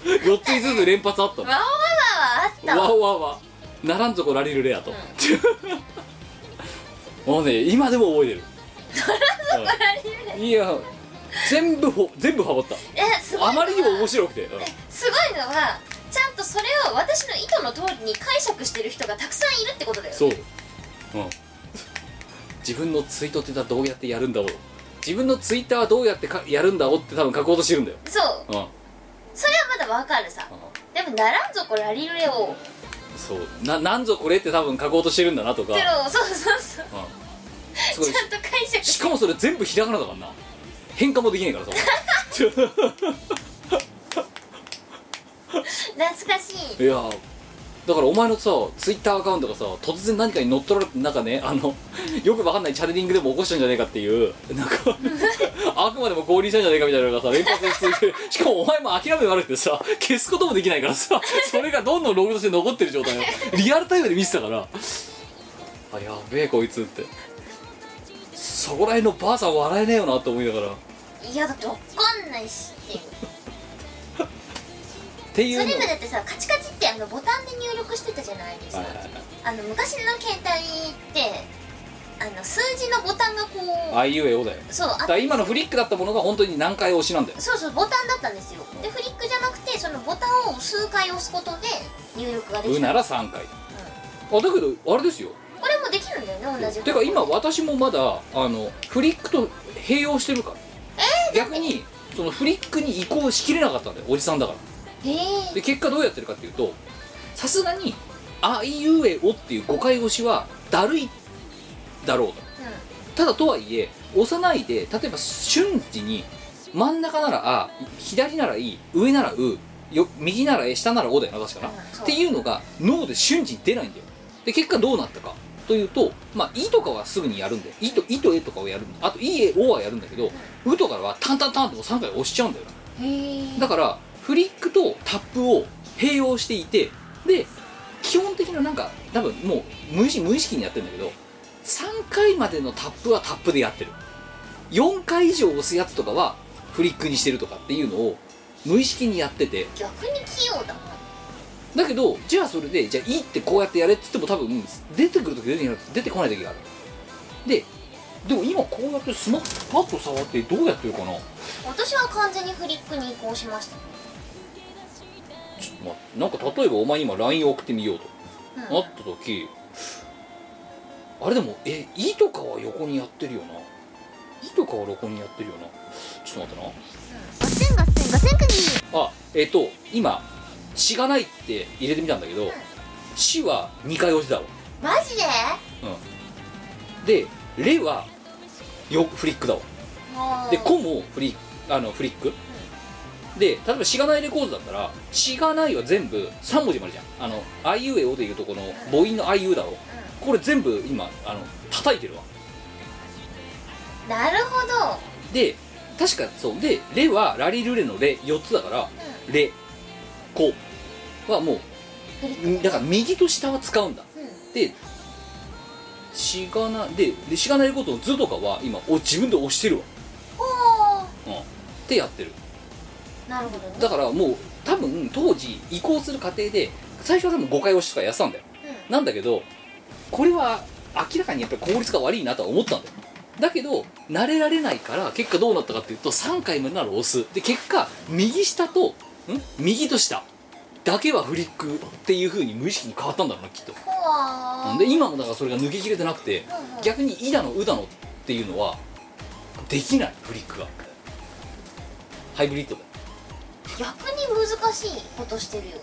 4つずつ連発あったもん
わおわわはあったわ
わおわわならんぞこラリルレアと、もうね今でも覚えてるうんいや全部ほ全部ハマった
えすごいのは
あまりにも面白くて、うん
すごいのはちゃんとそれを私の意図の通りに解釈してる人がたくさんいるってことだよ
そう、うん、自分のツイートってのはどうやってやるんだろう自分のツイッターはどうやってかやるんだろうって多分書こうとしてるんだよ、
そう
うんうん、
それはまだわかるさでもならんぞこれラリルレを
そうななんぞこれって多分書こうとしてるんだなとか、う、
ゼロそうそうそうん
すごい
ちゃんと解釈
しかもそれ全部ひらがなだからな変換もできないからさ
懐かしい
いやーだからお前のさツイッターアカウントがさ突然何かに乗っ取られてなんかねあの よくわかんないチャネリングでも起こしたんじゃねえかっていうなんかあくまでも合理したんじゃねえかみたいなのがさ連発で続いてしかもお前も諦め悪くてさ消すこともできないからさそれがどんどんログとして残ってる状態をリアルタイムで見てたからあやべえこいつってそこら辺のばあさん笑えねえよなって思いながらっ
いやだってわかんないしっていうそう
てい
れ
の
今だってさカチカチってってあのボタンで入力してたじゃないですか、
はいはいはい
あの昔の携帯ってあの数字のボタンがこう
あいうえおだよ
そうあ
だから今のフリックだったものが本当に何回押しなんだよ
そうそうボタンだったんですよでフリックじゃなくてそのボタンを数回押すことで入力がで
う
きる、
な
うん、
ら3回あだけどあれですよ
これもできるんだよね同じ
てか今私もまだあのフリックと併用してるから、逆にそのフリックに移行しきれなかったんだよおじさんだから
へえ
で結果どうやってるかっていうとさすがに「あいうえお」っていう誤解越しはだるいだろうとただとはいえ押さないで例えば瞬時に真ん中なら「あ」左なら「い」上なら「う」よ右なら「え」下なら「お」だよな確か
う
な、
んそう
っていうのが脳で瞬時に出ないんだよで結果どうなったかというと「まあ、い」とかはすぐにやるんだよ「い」と「い」と「え」とかをやるんだあと「い」「え」「お」はやるんだけど「う」とかはタンタンタンってもう3回押しちゃうんだよな
うんへえ
だからフリックとタップを併用していてで基本的ななんか多分もう無意識無意識にやってるんだけど3回までのタップはタップでやってる4回以上押すやつとかはフリックにしてるとかっていうのを無意識にやってて
逆に器用だな
だけどじゃあそれでじゃあいいってこうやってやれって言っても多分出てくる時出てない出てこない時があるででも今こうやってスマホパッと触ってどうやってるかな
私は完全にフリックに移行しました、
ちょっと待ってなんか例えばお前今 LINE 送ってみようと
うん、
なった時あれでもえ「い」とかは横にやってるよな「い」とかは横にやってるよなちょっと待って
ガッセンガッセンガッセンクニ
なあえっ、と今「しがない」って入れてみたんだけど「し」は2回押しだわ
ーマジで
で「れ」はよフリックだわ
もう
で「こ」もフリあのフリックで例えば「しがないレコード」だったら「しがない」は全部3文字までじゃんあの「あいうえお」でいうとこの母音の「あいう」だろ
う
これ全部今あの叩いてるわ
んなるほど
で確かそうで「レ」はラリルレの「レ」4つだから「レ」「コ」はも
フリック
うだから右と下は使うんだでしがなででしがないことの「図」とかは今お自分で押してるわ、
お
うん、ってやってる
ーなるほどね
だからもう多分当時移行する過程で最初は多分5回押しとかやってたんだよなんだけどこれは明らかにやっぱり効率が悪いなとは思ったんだよだけど慣れられないから結果どうなったかっていうと3回までなら押すで結果右下とん右と下だけはフリックっていう風に無意識に変わったんだろうなきっと
ほわー
で今もだからそれが抜け切れてなくて
うんうん
逆に「い」だの「う」だのっていうのはできないフリックがハイブリッドだよ
逆に難しいことしてるよ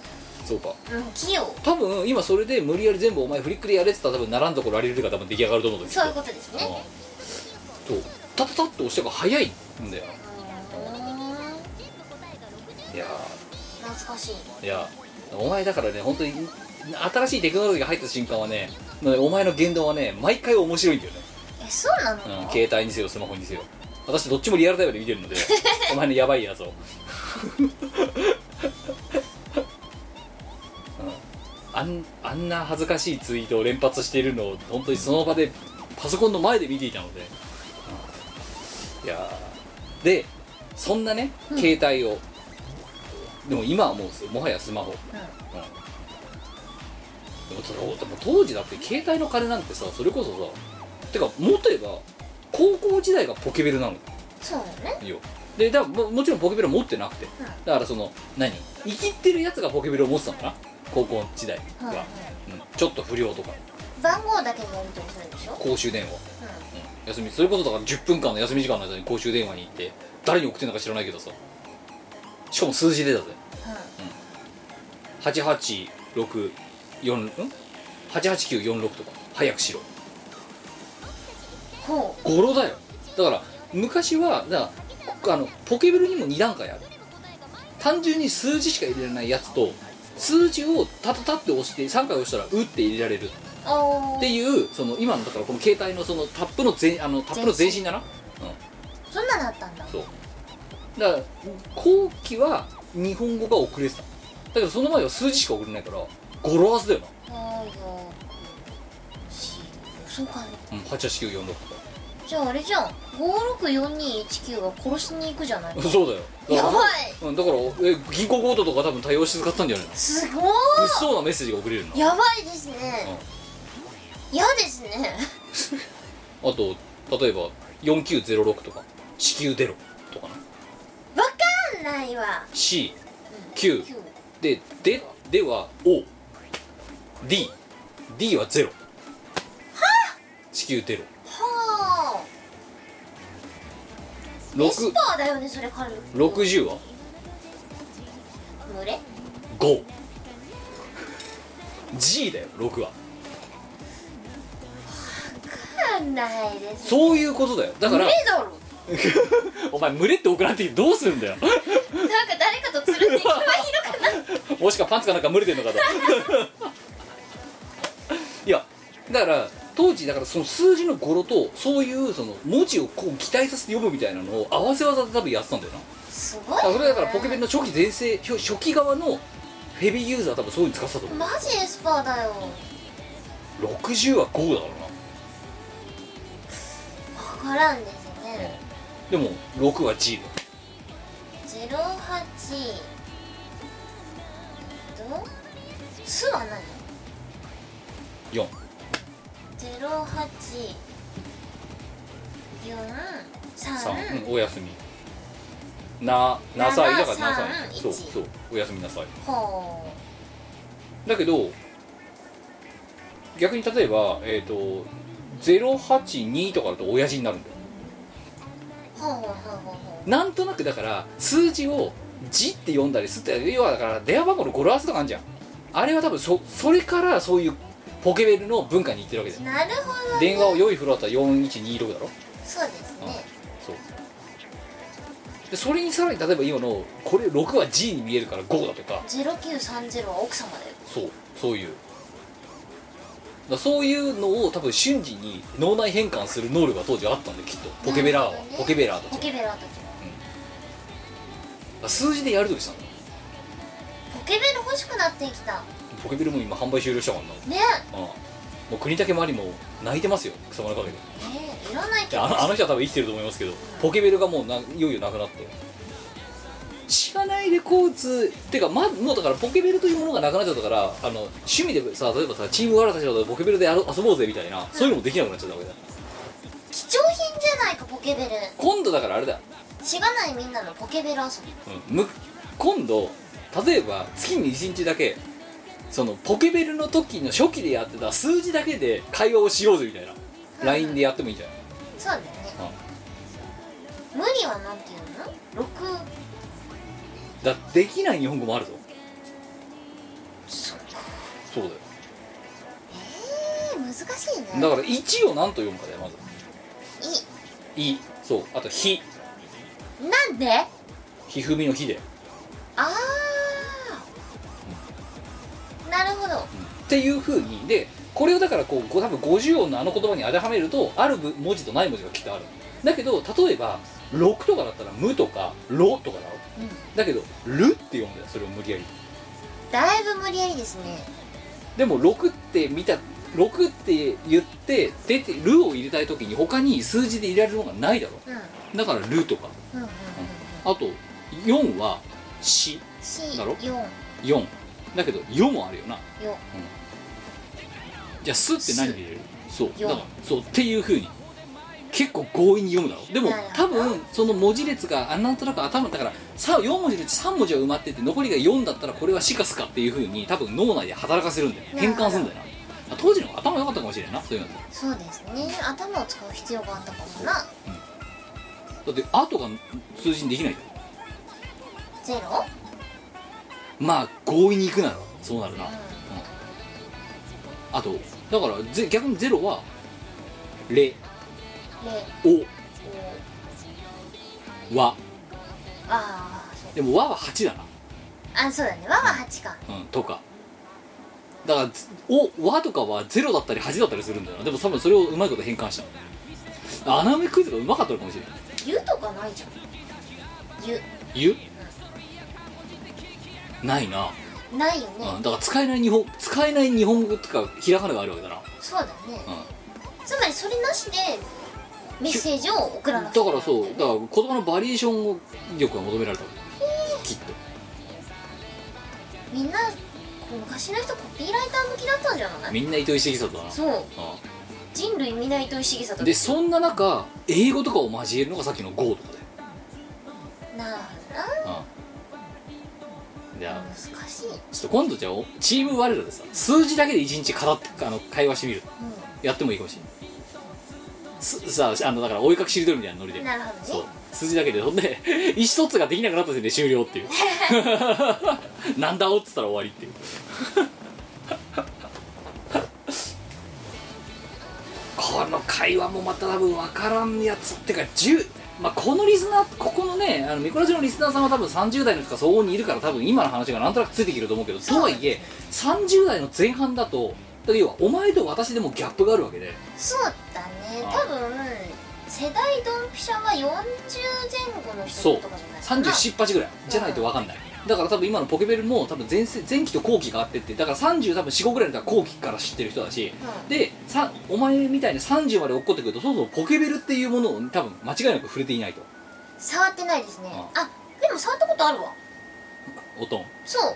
そうか
うん器用
多分今それで無理やり全部お前フリックでやれって言ったら多分並んだとこラリルレが多分出来上がると思うんだけど
そういうことですね
うんそうタタタッと押した方が早いんだよ
う
いや
ーん懐かしい
ーいやお前だからね本当に新しいテクノロジーが入った瞬間はねお前の言動はね毎回面白いんだよね、
えそうなの、
うん、携帯にせよスマホにせよ私どっちもリアルタイムで見てる のでお前のやばいやつを、うん、あんあんな恥ずかしいツイートを連発しているのを本当にその場でパソコンの前で見ていたので、うんいやーでそんなね
うん
携帯を、でも今はもうもはやスマホ、うんでもそれでも当時だって携帯の金なんてさそれこそさてかもっと言えば高校時代がポケベルなの
そうだね
よでだももちろんポケベルは持ってなくて
うん
だからその何生きってるやつがポケベルを持ってたのかな高校時代は、
はいはい
うんちょっと不良とか
番号だけにやり取りするんでしょ、
公衆電話、
うん、
うん休みそれこそだから10分間の休み時間の間に公衆電話に行って誰に送ってんのか知らないけどさしかも数字出たぜ886ん88946とか早くしろ
うん、ほ
語呂だよだから昔はだからあのポケベルにも2段階ある単純に数字しか入れられないやつと数字をタタタって押して3回押したら「う」って入れられるっ
うお
て
ー
いうその今のだからこの携帯のそのタップの前あのタップの前身だな
そんなのあったんだ
そうだから後期は日本語が遅れてただけどその前は数字しか送れないから語呂合わせだよな
はよくしそうかね
うん、88946とか
じゃああれじゃん564219が殺しに行くじゃない
そうだよだ
や
から
ばい
うん、だからえ銀行強盗とか多分対応して使ったんじゃないの
すご
物騒なメッセージが送れるの
いやばいですね嫌ですね
あと例えば4906とか地球出ろとかな
わかんないわ
C
うん
9
九
でででは O D D はゼロ地球出ろ
はあエス
6
パーだよねそれ彼
60は
群れ
5G だよ6は
わかんないです
そういうことだよだか
群
ら
れだろ
お前群れって送られてどうするんだよ
なんか誰かと連れて行けばいいのかな
もしかパンツかなんか群れてんのかといやだから当時だからその数字の語呂とそういうその文字をこう期待させて読むみたいなのを合わせ技で多分やってたんだよな
すごい
あ
ね
それだからポケベルの初期全盛初初期側のヘビーユーザーは多分そういうの使ってたと思
マジエスパーだよ
う60は5だろ
わからんです
うな、
ね
でも6は G だよ
08どうすは何
4
08 4 3
3、うん、おやすみななさいだからなさ
なさい
いそう
一
そうおやすみなさい
ほ
だけど逆に例えばえっ、と082とかだと親父になるんだよ
うほうほうほうほうほ
なんとなくだから数字を「字」って読んだりすって要はだから電話番号の語呂合わせとかあるじゃんあれは多分そそれからそういうポケベルの文化に行ってるわけだ
う
よ
なるほどね
電話を良い風呂だったら4126だろ
そうですね
そうでそれにさらに例えば今のこれ6は G に見えるから5だとか
0930は奥様だよ
そうそういうだからそういうのを多分瞬時に脳内変換する能力が当時あったんだよきっとポケベラーは、
なるほどね
ポケベラーたち
ポ
は
ケベラたち
あ数字でやり取りしたんだよ
ポケベル欲しくなってきた
ポケベルも今販売終了したもんな
ね
ああもう国武まりも泣いてますよ草間のおかげで
ねいらないけ
で
ど
あのあの人は多分生きてると思いますけどポケベルがもうないよいよなくなって知らないレコーツっていうか、ま、もうだからポケベルというものがなくなっちゃったからあの趣味でさ例えばさチームワラたちだとポケベルでやろ遊ぼうぜみたいなそういうのもできなくなっちゃったわけだ
貴重品じゃないかポケベル
今度だからあれだ、
しがないみんなのポケベル遊び
うん、む今度例えば月に1日だけそのポケベルの時の初期でやってた数字だけで会話をしようぜみたいな LINE でやってもいいんじゃない
そうだね無理はなんていうの六
だできない日本語もあるぞ
そっか
そうだよ
えー、難しいね
だから1を何と読むかだよまず
い
「い」そうあと「ひ」
なんで
「ひふみの「ひ」でっ
あーなるほど
ていうふうにでこれをだからこうこう多分50音のあの言葉に当てはめるとあるぶ文字とない文字がきっとあるだけど例えば「6」とかだったら「む」とか「ろ」とかだろ
うん
だけど「る」って読むんだよそれを無理やり
だいぶ無理やりですね
でも「6」って見た「6」って言って出て「る」を入れたい時に他に数字で入れられるのがないだろ
うん
だから「る」とか
うんうんうん
あと4は「し
四
だろ
四よ」
4だけど「よ」もあるよなじゃあ「す」って何で入れるそう
よ
だからそうっていうふうに結構強引に読むだろうでも
なるほど
多分その文字列があなんとなく頭だからさ4文字のうち3文字は埋まってて残りが4だったらこれはシカスカっていうふうに多分脳内で働かせるんだよね
なる
変
ほど
換するんだよなあ当時の方が頭良かったかもしれないなそういうのだ
そうですね頭を使う必要があったかもな
って「あ」とか数字にできないじ
ゼロ
ゃんまあ強引にいくならそうなるな、
うん
あとだからぜ逆にゼロは「れ」
で
「お」
こ
「わ
うああ」
でも「わ」は8だな
あそうだね和は八か
うん、とかだからずお和とかは0だったり8だったりするんだよなでも多分それをうまいこと変換したの穴埋めクイズがうまかったのかもしれない
湯とかないじゃん湯
言うないな、
ないよ
うん、
ね
だから使えない日本使えない日本語とかひらがながあるわけだな、
そうだね
う
つまりそれなしでメッセージを送らなく
だからそうだから言葉のバリエーションを力が求められたわけきっと
みんな昔の人コピーライター向きだったんじゃない
みんな糸井重里だな
そう
あ
人類皆糸井重
あ
里
でそんな中英語とかを交えるのがさっきの GO とかだよ
なあ
ああじゃ
な
あ
難しい、うん、
ちょっと今度じゃあチーム我らでさ数字だけで一日語ってあの会話してみるやってもいいかもしれないすさああのだからお絵かきしりとりみたいなノリで
なるほど
そう
ね
数字だけでほんで 意思疎通ができなくなった時で終了っていう なんだおっつったら終わりっていう この会話もまた多分分からんやつってか10まあ、このリスナーここのねあのミコラジのリスナーさんは多分30代の人がそこにいるから多分今の話がなんとなくついてきると思うけどとはいえ30代の前半だとだから要はお前と私でもギャップがあるわけで
そうだね
あ
多分世代ドンピシャは40前後の
そ
人
う
とかじゃないかな
37、8ぐらいじゃないと分かんないだから多分今のポケベルも多分前世前期と後期があってってだから30多分45ぐらいの人は後期から知ってる人だし
うん
でさお前みたいに30まで落っこってくるとそもそもポケベルっていうものを多分間違いなく触れていないと
触ってないですね
あ
あでも触ったことあるわ
おとん
そう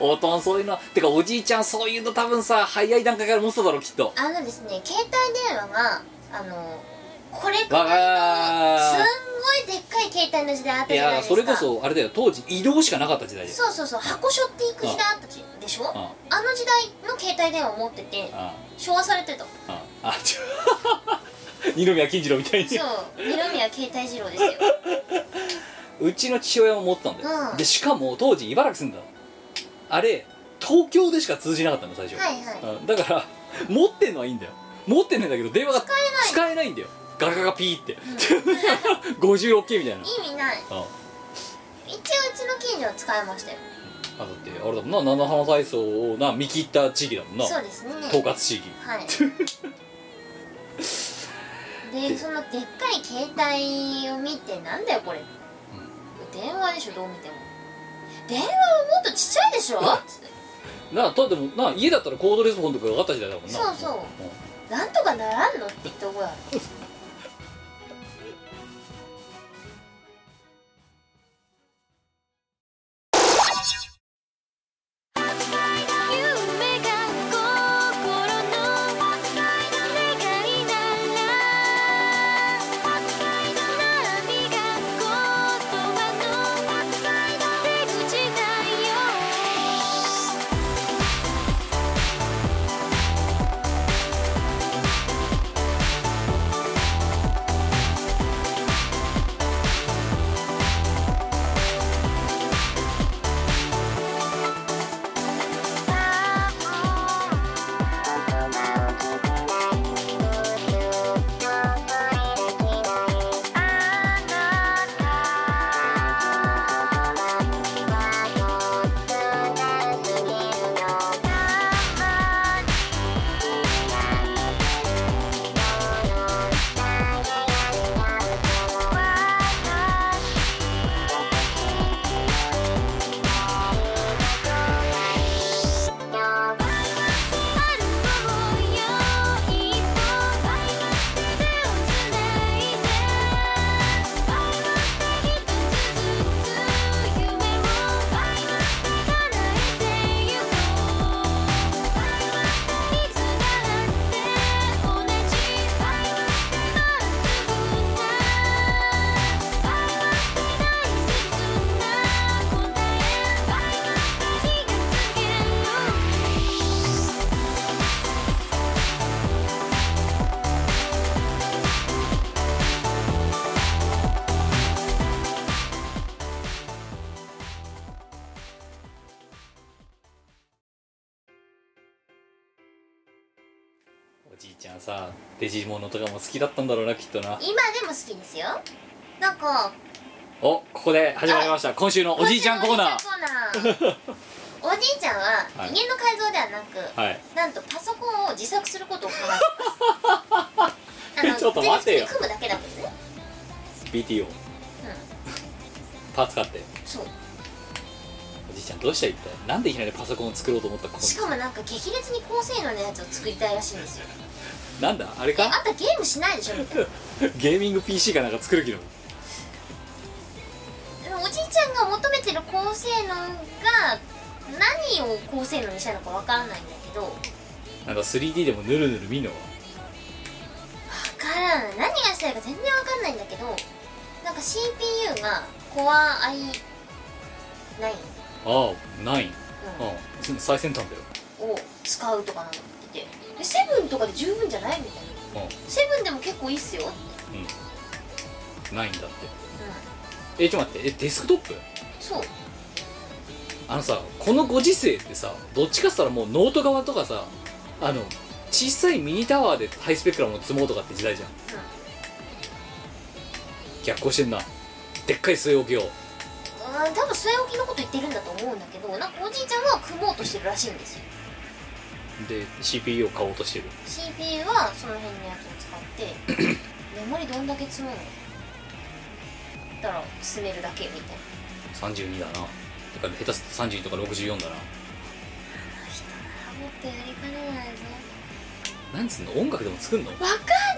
おとんそういうのてかおじいちゃんそういうの多分さ早い段階から持ってただろきっと
あのですね携帯電話があのこれく
わ
らいのすん
が
ごいでっかい携帯の時代あっ
い
たじゃない
や
ですか
それこそあれだよ当時移動しかなかった時代で
そうそうそう箱背負っていく時代あったじでしょ
あ
あの時代の携帯電話を持ってて
あ
昭和されてた
あああちょ 二宮金次郎みたいに
そう二宮携帯二郎ですよ
うちの父親も持ってたんだよ、
うん
でしかも当時茨城住んでたのあれ東京でしか通じなかったの最初、
はいはい
うんだから持ってんのはいいんだよ持ってんねんだけど電話が使えないんだよガラガラピーって、56K みたいな、
意味ない
うん
一応うちの近所は使いましたよ
あだってあれだもんな七花体操をな見切った地域だもんな
そうですね
統括地域
はい でそのでっかい携帯を見てなんだよこれ、電話でしょどう見ても電話はもっとちっちゃいでしょつって
なとでもな家だったらコードレスフォンとかがあった時代だもんな
そうそう
うん
なんとかならんのって言った覚えある
おじいちゃんさデジモノとかも好きだったんだろうなきっとな
今でも好きですよなんか
おここで始まりました今週のおじいちゃんコーナ
お
ー
じいちゃんコーナーおじいちゃんは
はい
家の改造ではなく、
はい
なんとパソコンを自作することを考え てます
ちょっと待て
全
よ
部組むだけだもんね
BTO パーツ買って
うんそう
おじいちゃんどうしたらいいってなんでいきなりパソコンを作ろうと思ったこ
しかもなんか激烈に高性能なやつを作りたいらしいんですよ
なんだあれ
えあ
か
んたゲームしないでしょみたい
ゲーミング PC かなんか作る気なの
なでもおじいちゃんが求めてる高性能が何を高性能にしたのかわからないんだけどわ
なんか 3D でもぬるぬる見んのは
からない何がしたいか全然わかんないんだけどなんか CPU が Core i9
ああない
うん
ああ最先端だよ
を使うとかなんか言っててでセブンとかで十分じゃないみたいな
う
セブンでも結構いいっすよって、うん
うんないんだってえちょっと待ってえデスクトップ
ん、そう
あのさこのご時世ってさどっちかっつったらもうノート側とかさあの小さいミニタワーでハイスペックラムを積もうとかって時代じゃん、逆行してんなでっかい据え置きを
うん多分据え置きのこと言ってるんだと思うんだけどなんかおじいちゃんは組もうとしてるらしいんですよ
で CPU を買おうとしてる
CPU はその辺のやつを使って メモリどんだけ積むのだから進めるだけみたい
32だなだから下手すると32とか64だ
な人ならもっとやりかねないぞ
ななんつうの音楽でも作んの
わか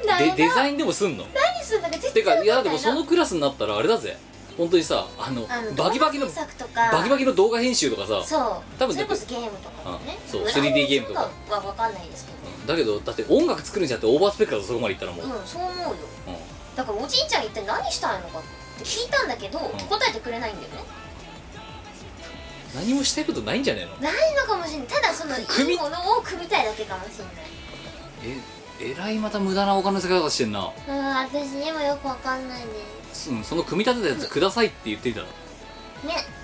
んない
で
な
デザインでもすんの
何するんだか絶
て
対わか
か
んない
いやでもそのクラスになったらあれだぜ本当にさあの
あ
バキバキの
動画制作とか
バキバキの動画編集とかさ
そう
多分
それこそゲームとかもね
うんそう
まあ
3D ゲームとか
は分かんないですけ
うんだけどだって音楽作るんじゃってオーバースペックだぞそこまでいったらもう、
どうんそう思うよ
うん
だからおじいちゃん一体何したいのかって聞いたんだけど、
ん
答えてくれないんだよね
何もしたいことないんじゃねえの
ないのかもしれないただそのい
組み
いものを組みたいだけかもしれない
ええらいまた無駄なお金の使い方してんな、
うん私にもよくわかんないね
すうん、その組み立てたやつくださいって言ってたの
ね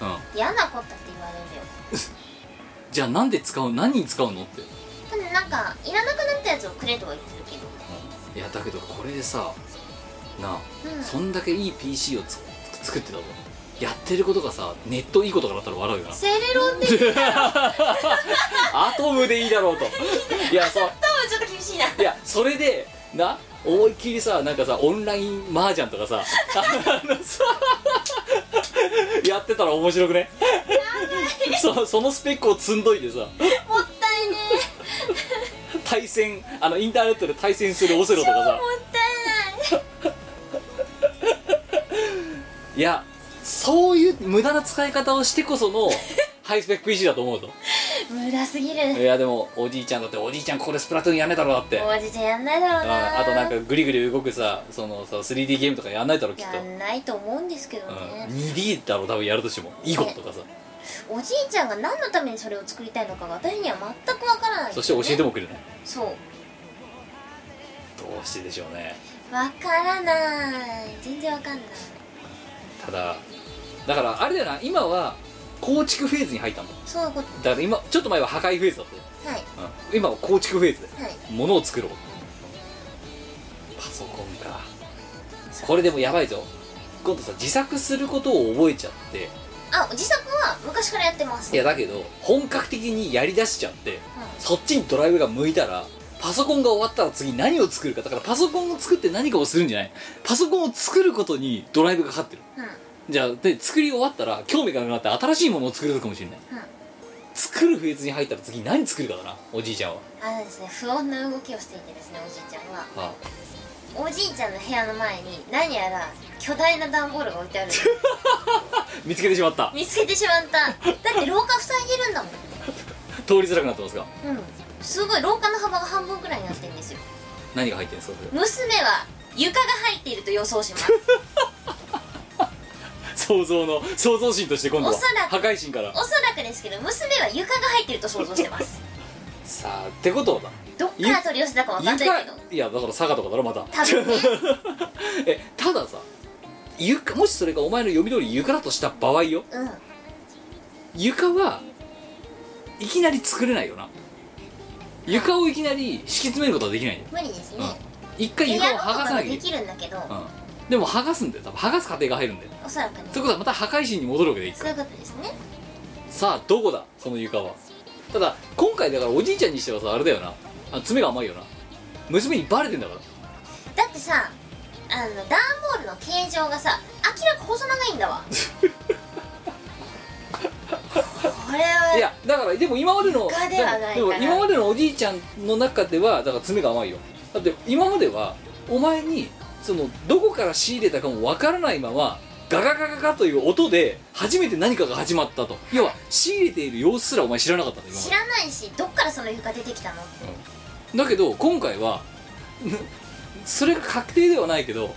うん
嫌なことって言われるよ
じゃあなんで使う何に使うのって、
ただなんかいらなくなったやつをくれとは言ってるけど
いやだけどこれでさなあ、
うん
そんだけいい PC をつつ作ってたぞやってることがさネットいいことかだったら笑うよな
セレロンって言ったら
アトムでいいだろ うといやそう
ちょっと厳しい ない
やそれでな思いっきりさなんかさオンライン麻雀とかさあのさやってたら面白くねそそのスペックを積んどいてさ
もったいね
対戦あのインターネットで対戦するオセロと
超
か
もった
さ
いない
いやそういう無駄な使い方をしてこ そのハイスペック PC だと思うと
無駄すぎ
い
る
やでもおじいちゃんだっておじいちゃんここでスプラトゥーンやんねえだろだって
おじいちゃんやんないだろう
あ
な
あとなんかグリグリ動くさそのさ 3D ゲームとかやんないだろきっと
やんないと思うんですけどね、
うん、2D だろ多分やるとしても囲碁とかさ
おじいちゃんが何のためにそれを作りたいのかが私には全くわからない、
そして教えて
も
もくれない
そう
どうしてでしょうね
わからない全然わかんない
ただだからあれだよな今は構築フェーズに入ったんだ
そういうこと
だから今ちょっと前は破壊フェーズだっ
はい
たよ、うん、今は構築フェーズで
はい
物を作ろうパソコンかこれでもやばいぞ今度さ自作することを覚えちゃって
あ自作は昔からやってます
いやだけど本格的にやりだしちゃって
う
そっちにドライブが向いたらパソコンが終わったら次何を作るかだからパソコンを作って何かをするんじゃないパソコンを作ることにドライブがかかってる
んうん
じゃあで作り終わったら興味がなくなって新しいものを作れるかもしれない、
うん
作るフェーズに入ったら次何作るかだなおじいちゃんは、
あのですね不穏な動きをしていてですねおじいちゃんは
あ
おじいちゃんの部屋の前に何やら巨大な段ボールが置いてある
見つけてしまった
見つけてしまっただって廊下塞いでるんだもん
通りづらくなってますが
うんすごい廊下の幅が半分くらいになってるんですよ
何が入ってるんですかそれ
娘は床が入っていると予想します
想像の想像心として今度は
おそらく
破壊心から
おそらくですけど娘は床が入っていると想像して ます
さあってことはだ
どっから取り寄せたかわかんないけど
床いやだから佐賀とかだろまた
多分ね
えたださ床もしそれがお前の読み通り床だとした場合よ
うん
床はいきなり作れないよな床をいきなり敷き詰めることはできないよ
無理ですね
一回
で
床
や
を
ろうと
剥が
か
さ
は
なきゃ
で
いけ
きるんだけど
ない、うん、でも剥がすんだよ多分剥がす過程が入るんだよ
おそらくね
ということはまた破壊神に戻るわけでいい
そういうことですね
さあどこだその床はただ今回だからおじいちゃんにしてはさあれだよなあ爪が甘いよな娘にバレてんだから
だってさあの段ボールの形状がさ明らか細長いんだ わこれはい
やだからでも今までの
床ではないかな
でも今までのおじいちゃんの中ではだから爪が甘いよだって今まではお前にそのどこから仕入れたかもわからないままガガガガガという音で初めて何かが始まったと要は仕入れている様子すらお前知らなかったんだ今ま
知
で
らないしどっからその床出てきたの
だけど今回は それが確定ではないけど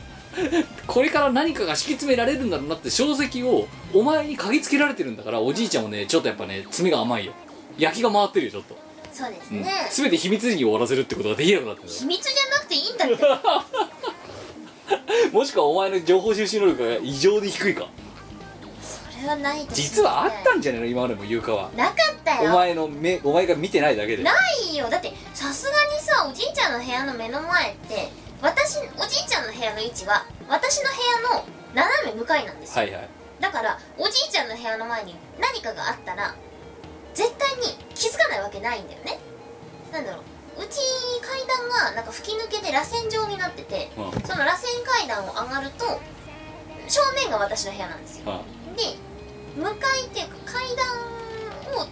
これから何かが敷き詰められるんだろうなって小石をお前に嗅ぎつけられてるんだからおじいちゃんもねちょっとやっぱね爪が甘いよ焼きが回ってるよちょっと、
そうです
うん
ね、
全て秘密裏に終わらせるってことができなくなってる
秘密じゃなくていいんだって
もしくはお前の情報収集能力が異常に低いか
それはないと
実はあった
ん
んじゃないの今までも言うかは
なかった
お
よ
前の目お前が見てないだけで
ないよだってさすがにさおじいちゃんの部屋の目の前って私おじいちゃんの部屋の位置は私の部屋の斜め向かいなんですよ、
はいはい
だからおじいちゃんの部屋の前に何かがあったら絶対に気づかないわけないんだよねなんだろううち階段がなんか吹き抜けで螺旋状になってて
うんうん
その螺旋階段を上がると正面が私の部屋なんですよで向かいっていうか階段を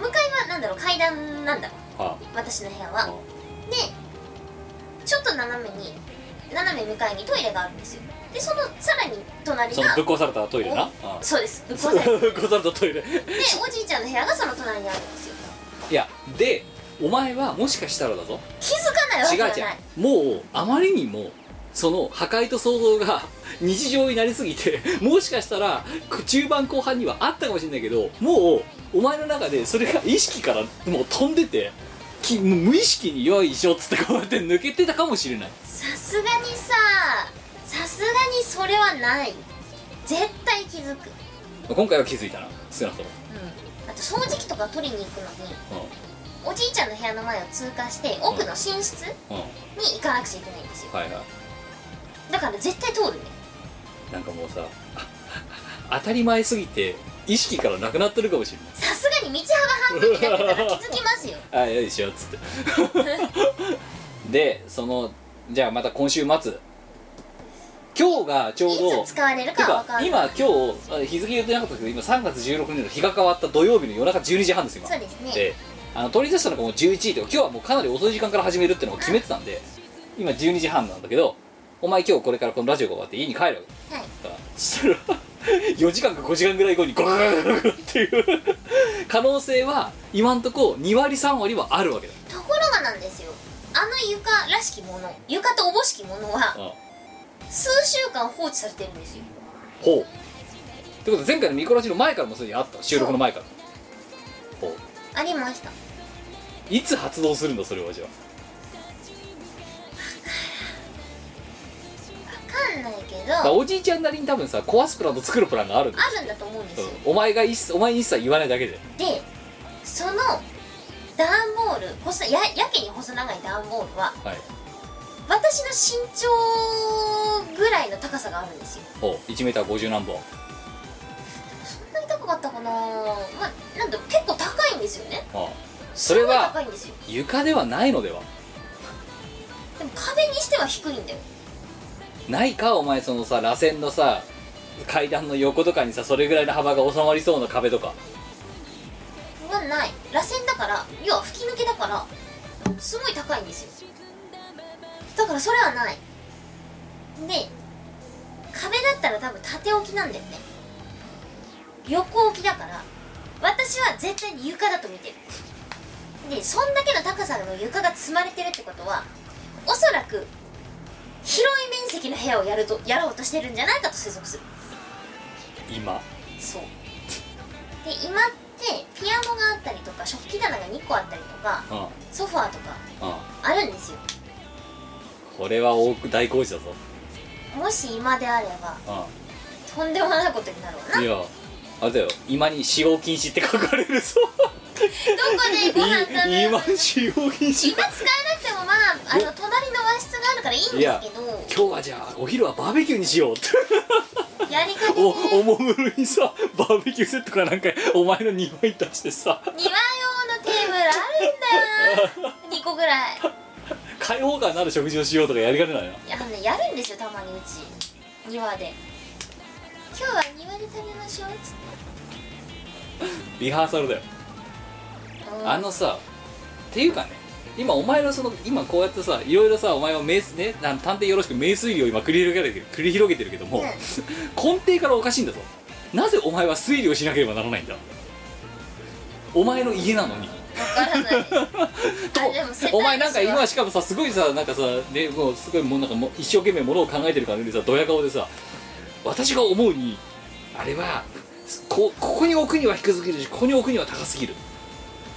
向かいはなんだろう階段なんだろう
あ
私の部屋
あ
はでちょっと斜めに斜め向かいにトイレがあるんですよでそのさらに隣
その
が
ぶっ壊されたトイレなあ
そう ですぶっ壊されてで
ぶっ壊されたトイレ
おじいちゃんの部屋がその隣にあるんですよ
いやでお前はもしかしたらだぞ
気づかないわけ
違う
が
違
ないう
もうあまりにもその破壊と想像が 日常になりすぎてもしかしたらこ中盤後半にはあったかもしれないけどもうお前の中でそれが意識からもう飛んでてきもう無意識に「よいしょ」っつってこうやって抜けてたかもしれない
さすがにささすがにそれはない絶対気づく
今回は気づいたな少なくとも、
うんあと掃除機とか取りに行くのに
う
おじいちゃんの部屋の前を通過して奥の寝室に
んうん、
行かなくちゃいけないんですよ
はいは
だから絶対通るね
いなんかもうさ あ当たり前すぎて意識からなくなってるかもしれな
さ
い
すがに道幅半分になってたら気づき ますよ
あよいしょっつってでそのじゃあまた今週末今日がちょうど
いつ使われるか
て
は
か
分かんない
今今日あ日付言ってなかったけど今3月16日の日が変わった土曜日の夜中12時半ですよ今
そうですね
であの取り出したのがもう11時とか今日はもうかなり遅い時間から始めるってのを決めてたんで今12時半なんだけどお前今日これからこのラジオが終わって家に帰るわけ
はい
だからそしたら4時間か5時間ぐらい後にゴーゴーゴーっていう可能性は今んとこ2割3割はあるわけだ
ところがなんですよあの床らしきもの床とおぼしきものは数週間放置されてるんですよ
ほうってことで前回のミコラジの前からもすでにあった収録の前からほう
ありました
いつ発動するんだそれはじゃあ
分かんないけ
だから
ど
おじいちゃんなりに多分さ壊すプランと作るプランがあるんだよ
あるんだと思うんですよ
うんお前が一切お前に一切言わないだけで
でその段ボール細ややけに細長い段ボールは
はい
私の身長ぐらいの高さがあるんですよ
ほう 1m50 何本
そんなに高かったかなまあなんだろう結構高いんですよね
ああそれ
すごい
は
高いんですよ
床ではないのでは
でも壁にしては低いんだよ
ないかお前そのさ螺旋のさ階段の横とかにさそれぐらいの幅が収まりそうな壁とか
はない螺旋だから要は吹き抜けだからすごい高いんですよだからそれはないで壁だったら多分縦置きなんだよね横置きだから私は絶対に床だと見てるでそんだけの高さの床が積まれてるってことはおそらく広い面積の部屋をやるとやろうとしてるんじゃないかと推測する
今
そうで今ってピアノがあったりとか食器棚が2個あったりとか
うんうん
ソファーとかあるんですよ
これは大大工事だぞ
もし今であれば
う
とんでもないことになるわなど
んいやあれだよ今に使用禁止って書かれるぞ
こでご飯食べる
今使用禁止
今使えなくてもまああの隣の和室があるからいいんですけど
今日はじゃあお昼はバーベキューにしようって
やりかけ
お
で
おもむろにさバーベキューセットかなんかお前の2枚出してさ
庭用のテーブルあるんだよな2個ぐらい
開放感のある食事をしようとかやりかねないない
やあのねやるんですよたまにうち庭で今日は庭で食べましょうっつって
リハーサルだよ
うん
あのさっていうかね今お前のその今こうやってさいろいろさお前は名すねなん探偵よろしく名推理を今繰り広げてる繰り広げてるけども、
うん
根底からおかしいんだぞなぜお前は推理をしなければならないんだお前の家なのに
から ない
と
あでも世界
お前なんか
史は
今しかもさすごいさなんかさねもうすごいもうなんかもう一生懸命ものを考えてる感じでさドヤ顔でさ私が思うにあれはこここに置くには低すぎるしここに置くには高すぎる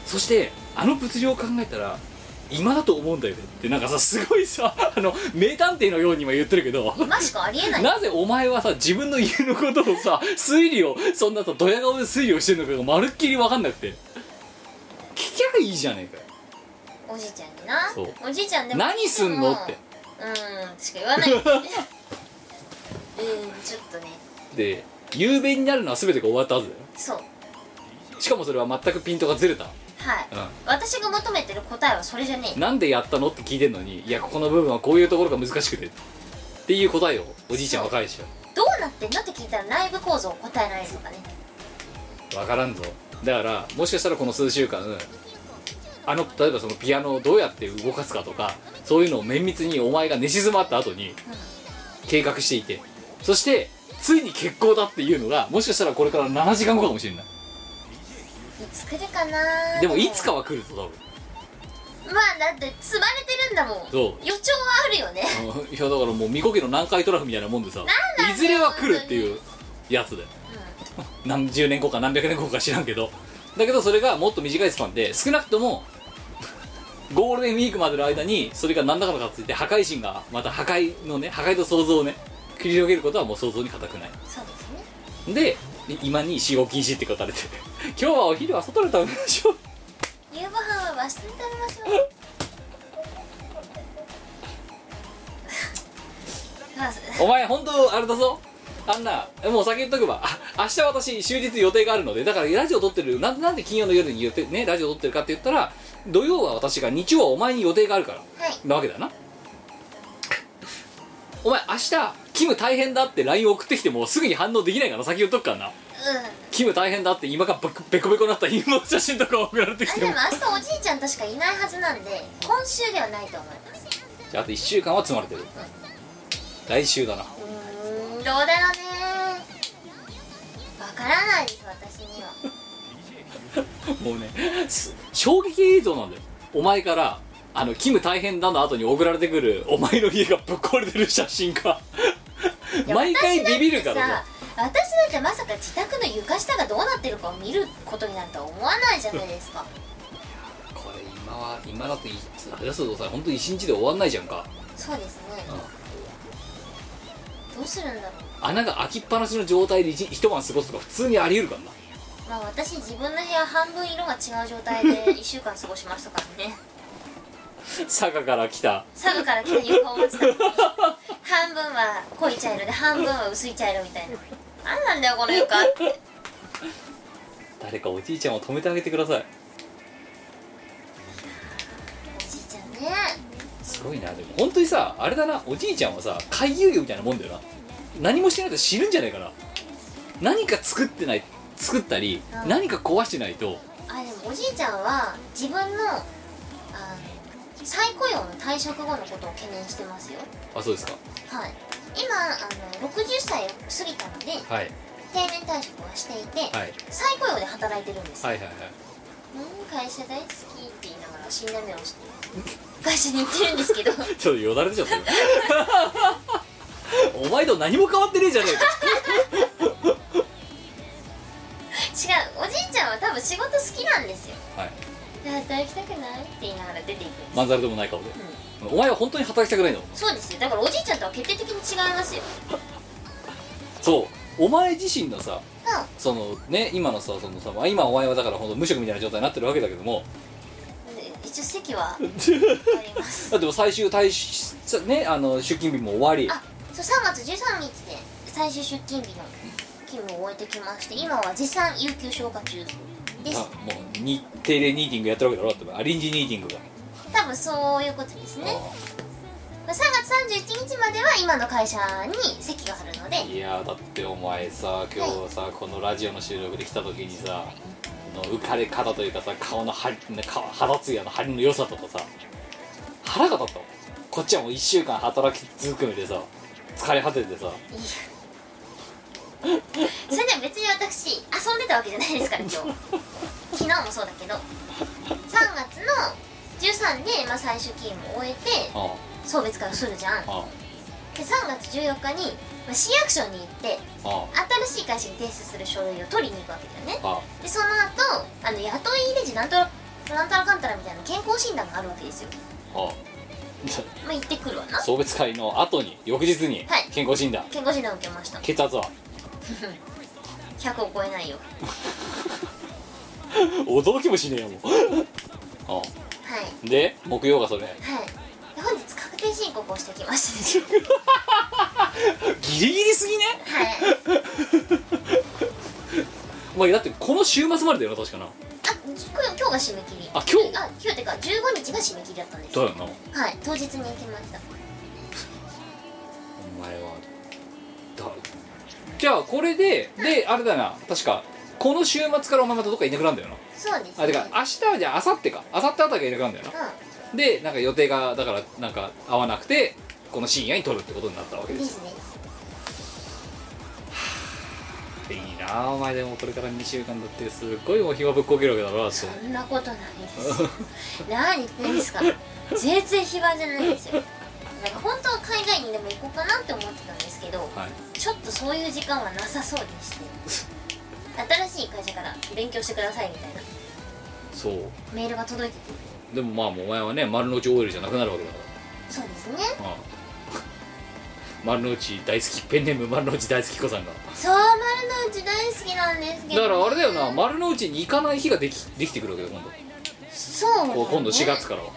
そしてあの物量を考えたら今だと思うんだよねってなんかさすごいさ あの名探偵のように今言ってるけど
今しかありえない
なぜお前はさ自分の家のことをさ推理をそんなさドヤ顔で推理をしてるのかがまるっきり分かんなくて聞きゃいいじゃねえかよ
おじいちゃんにな
そう
おじいちゃんでも
何すんのって
うーんしか言わ ないうーんちょっとね
で雄弁になるのは全てが終わったはずだよ
そう
しかもそれは全くピントがずれた、
はい、私が求めてる答えはそれじゃねえ
なんでやったのって聞いてんのにいやここの部分はこういうところが難しくてっていう答えをおじいちゃんは返しちゃ
どうなってんのって聞いたら内部構造を答えられるのかね
う分からんぞだからもしかしたらこの数週間あの例えばそのピアノをどうやって動かすかとかそういうのを綿密にお前が寝静まった後に計画していてそしてついに決行だっていうのがもしかしたらこれから7時間後かもしれない
いつ来るかな
でもいつかは来ると多分
まあだって積まれてるんだもん
そう
予兆はあるよね
うんいやだからもう巫女家の南海トラフみたいなもんでさ
なんだ
いずれは来るっていうやつで
う
何十年後か何百年後か知らんけどだけどそれがもっと短いスパンで少なくともゴールデンウィークまでの間にそれが何らかの形で破壊神がまた破壊のね破壊と想像をね繰り広げることはもう想像に難くなん
そうですね
いで今に使用禁止って書かれて 今日はお昼は外で食べましょう
夕ご飯は和室に食べましょう まあ
お前本当あれだぞあんなもう先言っとくば あ明日私終日予定があるのでだからラジオ撮ってるなんなんで金曜の夜に予定ねラジオ撮ってるかって言ったら土曜は私が日曜はお前に予定があるから
はい
なわけだな お前明日キム大変だって LINE 送ってきてもすぐに反応できないから先言っとくからな
う
キム大変だって今がベコベコになった犬の写真とか送られてき
んあ
て
で
も
も明日おじいちゃんとしかいないはずなんで今週ではないと思います
じゃああと1週間は積まれてる来週だな
うーんどうだろうねわからないです私には
もうねす衝撃映像なんだよお前からあの「キム大変だ」の後に送られてくるお前の家がぶっ壊れてる写真が
いや
毎回ビビるからさ
私だってさ私だってまさか自宅の床下がどうなってるかを見ることになるとは思わないじゃないですか
これ今は今だといあれだそうとさ本当に一日で終わんないじゃんか
そうですねどうするんだろう
穴が開きっぱなしの状態で一一晩過ごすとか普通にあり得るからな
まあ私自分の部屋半分色が違う状態 で1週間過ごしましたからね
佐賀から来た
サブから来た床を持つために半分は濃い茶色で半分は薄い茶色みたいな何なんだよこの床って
誰かおじいちゃんを止めてあげてください
おじいちゃんね
すごいなでも本当にさあれだなおじいちゃんはさ回遊魚みたいなもんだよな何もしてないと死ぬんじゃないかな何か作ってない作ったり、
うん
何か壊してないと
あでもおじいちゃんは自分のあの再雇用の退職後のことを懸念してますよ
あそうですか
はい今あの60歳を過ぎたので
はい
定年退職はしていて、
はい
再雇用で働いてるんですよ、
はいはいはい
うん会社大好きって言いながら死んだ目をして会社に行ってるんですけどま
ちょっとよだれ出ちゃったよ お前と何も変わってねえじゃねえか
違うおじいちゃんは多分仕事好きなんですよ
はい
働きたくないって言いながら出ていくんです、
まんざらでもない顔で
うん
お前は本当に働きたくないの
そうですよだからおじいちゃんとは決定的に違いますよ
そうお前自身のさ
うん
そのね今のさそのさまあ今お前はだからほんと無職みたいな状態になってるわけだけども
で一応席はあり ます
だってもう最終退出ねあの出勤日も終わり
あそう3月13日で最終出勤日の勤務を終えてきまして今は絶賛有給消化中です
あもうに定例ミーティングやってるわけだろだってアリンジミーティングが、
多分そういうことですねまあ3月31日までは今の会社に席があるので
あーいやーだってお前さ今日さこのラジオの収録で来た時にさこの浮かれ方というかさ顔の張りな顔肌ツヤの張りの良さとかさ腹が立ったもんこっちはもう1週間働き続くめでさ疲れ果ててさ
いやそれでも別に私遊んでたわけじゃないです から今日昨日もそうだけど3月の13で、まあ、最終勤務を終えて
あ
送別会をするじゃん
ああ
で3月14日に、まあ、市役所に行って
ああ
新しい会社に提出する書類を取りに行くわけだよね
ああ
でその後あの雇い入れ時なんとらなんたらかんたらみたいな健康診断があるわけですよ
あ
まあ行ってくるわな
送別会の後に翌日に
はい
健康診断、
健康診断受けました
血圧は
100を超えないよ
驚きもしねえよもうあ
はい
あで木曜がそれ
はいで本日確定申告をしてきま してね
ギリギリすぎね
はい
まあだってこの週末までだよな確かな
あ今日今日が締め切り
あ今日
あ今日ってか15日が締め切りだったんです
だ
は
よなお
い当日に行きました
前はだじゃあこれでであれだな確かこの週末からお前またどっかいなくなるんだよな
そうです
あてか明日はじゃあ明後日か明後日あたりがいなくなるんだよ
う
なでなんか予定がだからなんか合わなくてこの深夜に撮るってことになったわけ
ん
で
です
よ
すね
いいなあお前でもこれから2週間だってすっごいもう日がぶっこけるわけだろそ
そんなことないですよ何言ってんですか全然暇じゃないですよなんか本当は海外にでも行こうかなって思ってたんですけど
はい
ちょっとそういう時間はなさそうでして新しい会社から勉強してくださいみたいな
そう
メールが届いてて
でもまあもうお前はね丸の内オイルじゃなくなるわけだから
そうですね
ああ丸の内大好きペンネーム丸の内大好き子さんが
そう丸の内大好きなんですけ
だ
ど、
からあれだよな丸の内に行かない日ができできてくるわけだよ今
そうだね、
度こう今度4月からは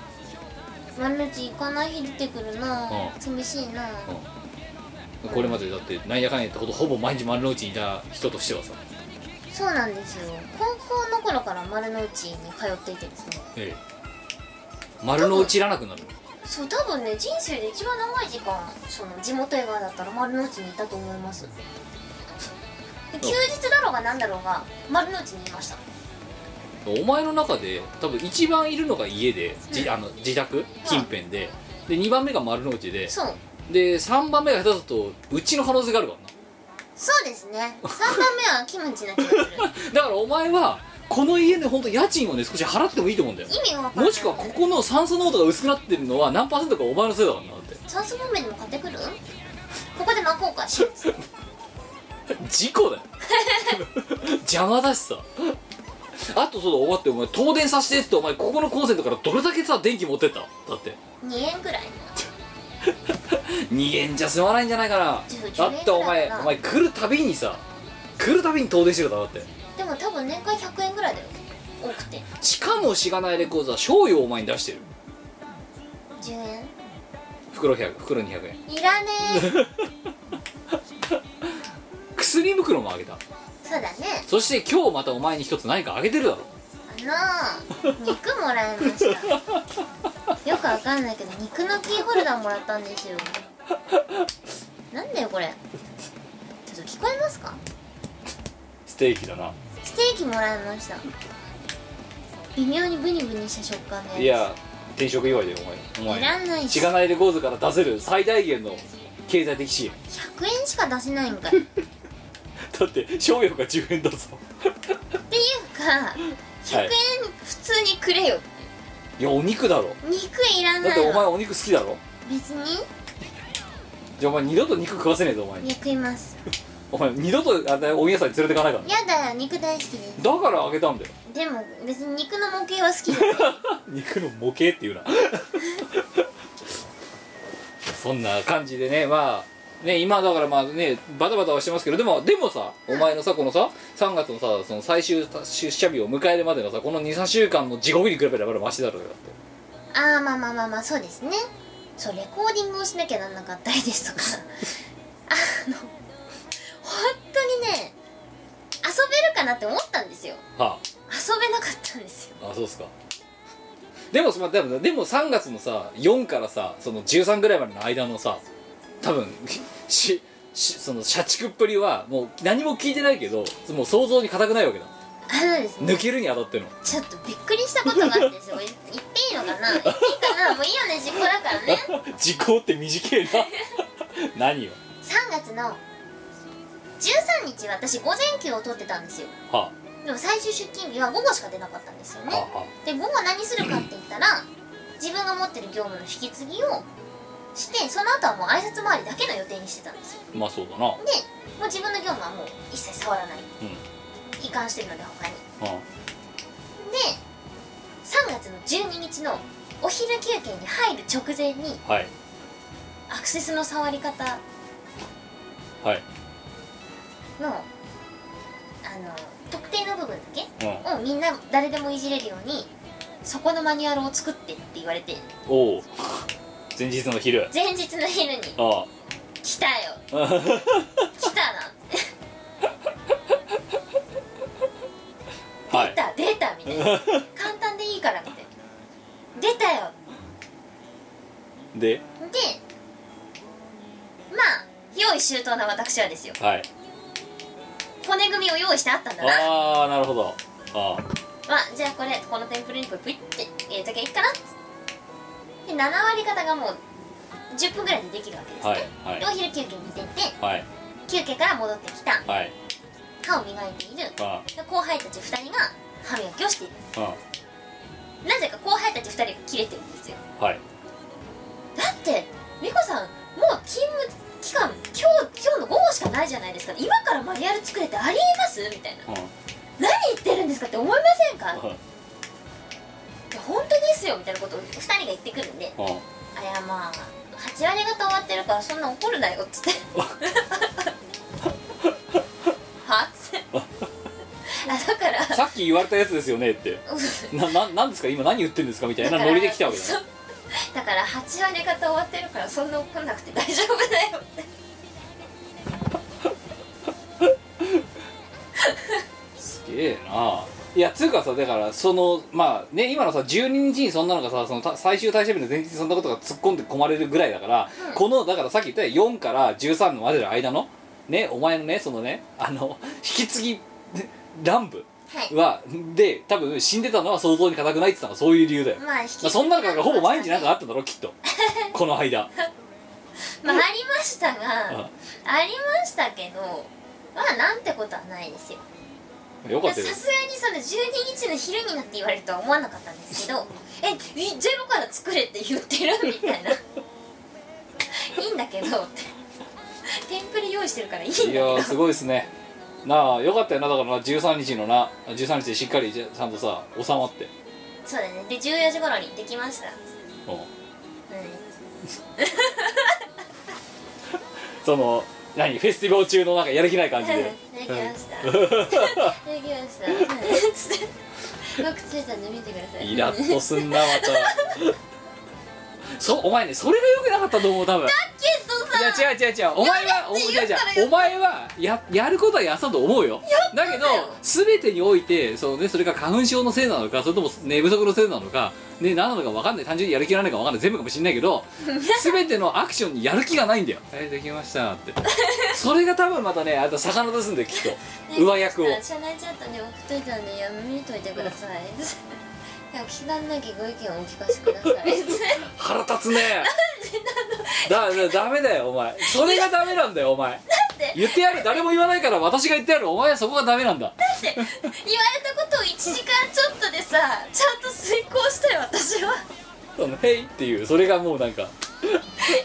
丸の内行かない日出てくるな、
う
寂しいな、
これまでだってなんやかんやってほどほぼ毎日丸の内にいた人としてはさ、
そうなんですよ高校の頃から丸の内に通っていてですね
ええ、丸の内いらなくなる
そう多分ね人生で一番長い時間その地元以外だったら丸の内にいたと思いますで休日だろうが何だろうが丸の内にいました
お前の中で多分一番いるのが家で、じあの自宅近辺でで2番目が丸の内で
そう
で3番目が下手だとうちの可能性があるからな
そうですね3番目はキムチな気がする
だからお前はこの家で本当家賃をね少し払ってもいいと思うんだよ
意味が分からない
もしくはここの酸素濃度が薄くなってるのは何パーセントかお前のせいだからなだって
酸素ボンベでも買ってくるここで巻こうかし
事故だよ 邪魔だしさあとそうだお前ってお前東電させてってお前ここのコンセントからどれだけさ電気持ってっただって
2円くらい
2円じゃ済まないんじゃないか
10
なだってお前
円だな
お前来るたびにさ来るたびに東電してるだろだって
でも多分年間100円ぐらいだよ多くて
しかもしがないレコードは醤油をお前に出してる
10円
袋100袋200円
いらねえ
薬袋もあげた
そうだね
そして今日またお前に一つ何かあげてるだろ
あのー肉もらいましたよくわかんないけど肉のキーホルダーもらったんですよなんだよこれちょっと聞こえますか
ステーキだな
ステーキもらいました微妙にブニブニした食感で
いや転職祝いだよお前お前
いらない
しがないレコーズから出せる最大限の経済的支援
100円しか出せないんかいっていう
だって商用が10円だぞ
か100円普通にくれよ
いやお肉だろ
肉いら
だっ
な
て
い
お前
わ
お肉好きだろ
別に
じゃあお前二度と肉食わせねえぞお前
いや
に
食います
お前二度とあの温野菜に連れてかないから
やだよ肉大好きです
だからあげたんだよ
でも別に肉の模型は好きじゃな い
肉の模型っていうな そんな感じでねまあね今だからまあねバタバタはしてますけどでもでもさお前のさこのさ3月のさその最終出社日を迎えるまでのさこの23週間の地獄に比べればまだマシだろうよだって
ああまあまあまあまあそうですねそうレコーディングをしなきゃなんなかったりですとか あの本当にね遊べるかなって思ったんですよ
は
遊べなかったんですよ
ああそうっすかでもまあでもでも3月のさ4からさその13ぐらいまでの間のさ多分 ししその社畜っぷりはもう何も聞いてないけどもう想像に固くないわけだ
あのですね
抜けるにあたっての
ちょっとびっくりしたことがあってそれ言っていいのか な言っていいかなもういいよね時効だからね
時効って短いな 何よ
3月の13日私午前休を取ってたんですよ
は
でも最終出勤日は午後しか出なかったんですよ
あ、
ね
はあ、は
で午後何するかって言ったら自分が持ってる業務の引き継ぎをしてその後はもう挨拶回りだけの予定にしてたんですよ
あ、まあそうだな
でもう自分の業務はもう一切触らない
うん
移管してるので他に
うん
で3月の12日のお昼休憩に入る直前に
はい
アクセスの触り方
はい
のあの特定の部分だけ
う
を
ん
みんな誰でもいじれるようにそこのマニュアルを作ってって言われて
おお前日の昼
前日の昼に
あ
「来たよ
あ
来た な」って
は
出た出
い
た」みたいな「簡単でいいから」みたいな「出たよ
で」
でまあ用意周到な私はですよ
はい
骨組みを用意してあったんだな
ああなるほどあ
まあじゃあこれこのテンプレにこれプイって入れときゃいいかなっつってで7割方がもう10分ぐらいでできるわけです
あ
ね、
はいは
で
い
お昼休憩に出て
はい
休憩から戻ってきた
はい
歯を磨いているで
あ
後輩たち2人が歯磨きをしている
あうん
なぜか後輩たち2人が切れてるんですよ
はい
だって美子さんもう勤務期間今日今日の午後しかないじゃないですか今からマニュアル作れてありえますみたいな
うん
何言ってるんですかって思いませんか
うん
いや本当ですよみたいなことを2人が言ってくるんで
うん
あいやまあ8割方終わってるからそんな怒るなよっつってはっつってあだから
さっき言われたやつですよねってなななんですか今何言ってんですか みたいなノリで来たわけ
そ
だ
うだから8割方終わってるからそんな怒んなくて大丈夫だよって
すげえないやつうかさだからそのまあね今のさ12日にそんなのがさそのた最終退社日の前日にそんなことが突っ込んで込まれるぐらいだから、
うん
このだからさっき言った4から13までの間のねお前のねそのねあの引き継ぎ乱舞
はい
はで多分死んでたのは想像に固くないって言ったのはそういう理由だよ、ま
まあ引き
あ、そんなのがほぼ毎日なんかあったんだろきっとこの間
まあありましたが
うん
ありましたけどまあなんてことはないですよ
よか
さ
った
す
よ
がにその12日の昼になって言われるとは思わなかったんですけ ど「えいゼロから作れ」って言ってるみたいな「いいんだけど」ってテンプレ用意してるからいいんだけ
いや
ど
ーすごいですねなあよかったよなだからな13日のな13日でしっかりじゃちゃんとさ収まって
そうだねで14時頃にできました、うん、
うんその何フェスティバル中のなんかやる気ない感じで
できました できましたつって僕ついたんで見てください
イラッとす んなまたそお前ねそれがよくなかったと思う多分
ゲットさん
いや違う違う違うお前はお
やれって
違
言
う
ったら
違うお前はややることはやったと思うよだけど全てにおいてその、ね、それが花粉症のせいなのかそれとも寝不足のせいなのか、ね、何なのか分かんない単純にやる気がないのか分かんない全部かもしれない けど全てのアクションにやる気がないんだよはいできましたって それが多分またねあと魚出すんだよきっと上役を
社内チャットに送っといたんでやめといてください いや岸田なきご意見をお聞かせくだ さい
腹立つね だだダメだよお前それがダメなんだよお前
て
言ってやる誰も言わないから私が言ってやるお前はそこがダメなんだ
言われたことを1時間ちょっとでさちゃんと遂行したよ私は
その「へい」っていうそれがもうなんか
ねだって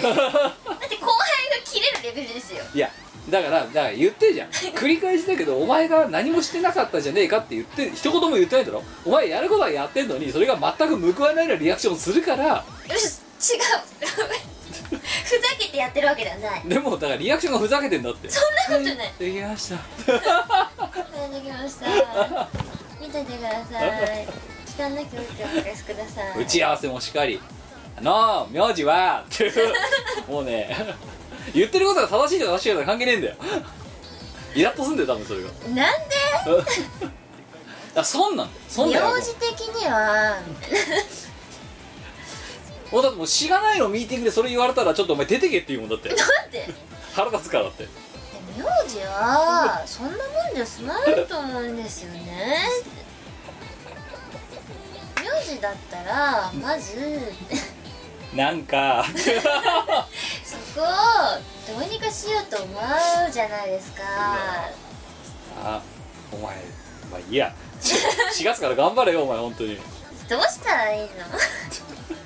後輩が切れるレベルですよ
いやだからだから言ってるじゃん繰り返しだけどお前が何もしてなかったじゃねえかって言って一言も言ってないだろお前やることはやってんのにそれが全く報われないようなリアクションするから
よし違う ふざけてやってるわけではない
でもだからリアクションがふざけてんだって
そんなことない
できました
はいできま した見ててください汚なきご意見をお聞かせください
打ち合わせもしっかり「あのー名字は」っていう もうね言ってることが正しいとか正しいとか関係ねえんだよイラッとすんだよ多分それ が
なんで
あ損なんだよ損だよ
名字的には
もうだってもうしがないのミーティングでそれ言われたらちょっとお前出てけって言うもんだって
なんで
腹立つからだって
でも名字はそんなもんじゃ済まないと思うんですよね名字だったらまず
な んか
そこをどうにかしようと思うじゃないですか
あお前まあいいや4月から頑張れよお前本当に
どうしたらいい の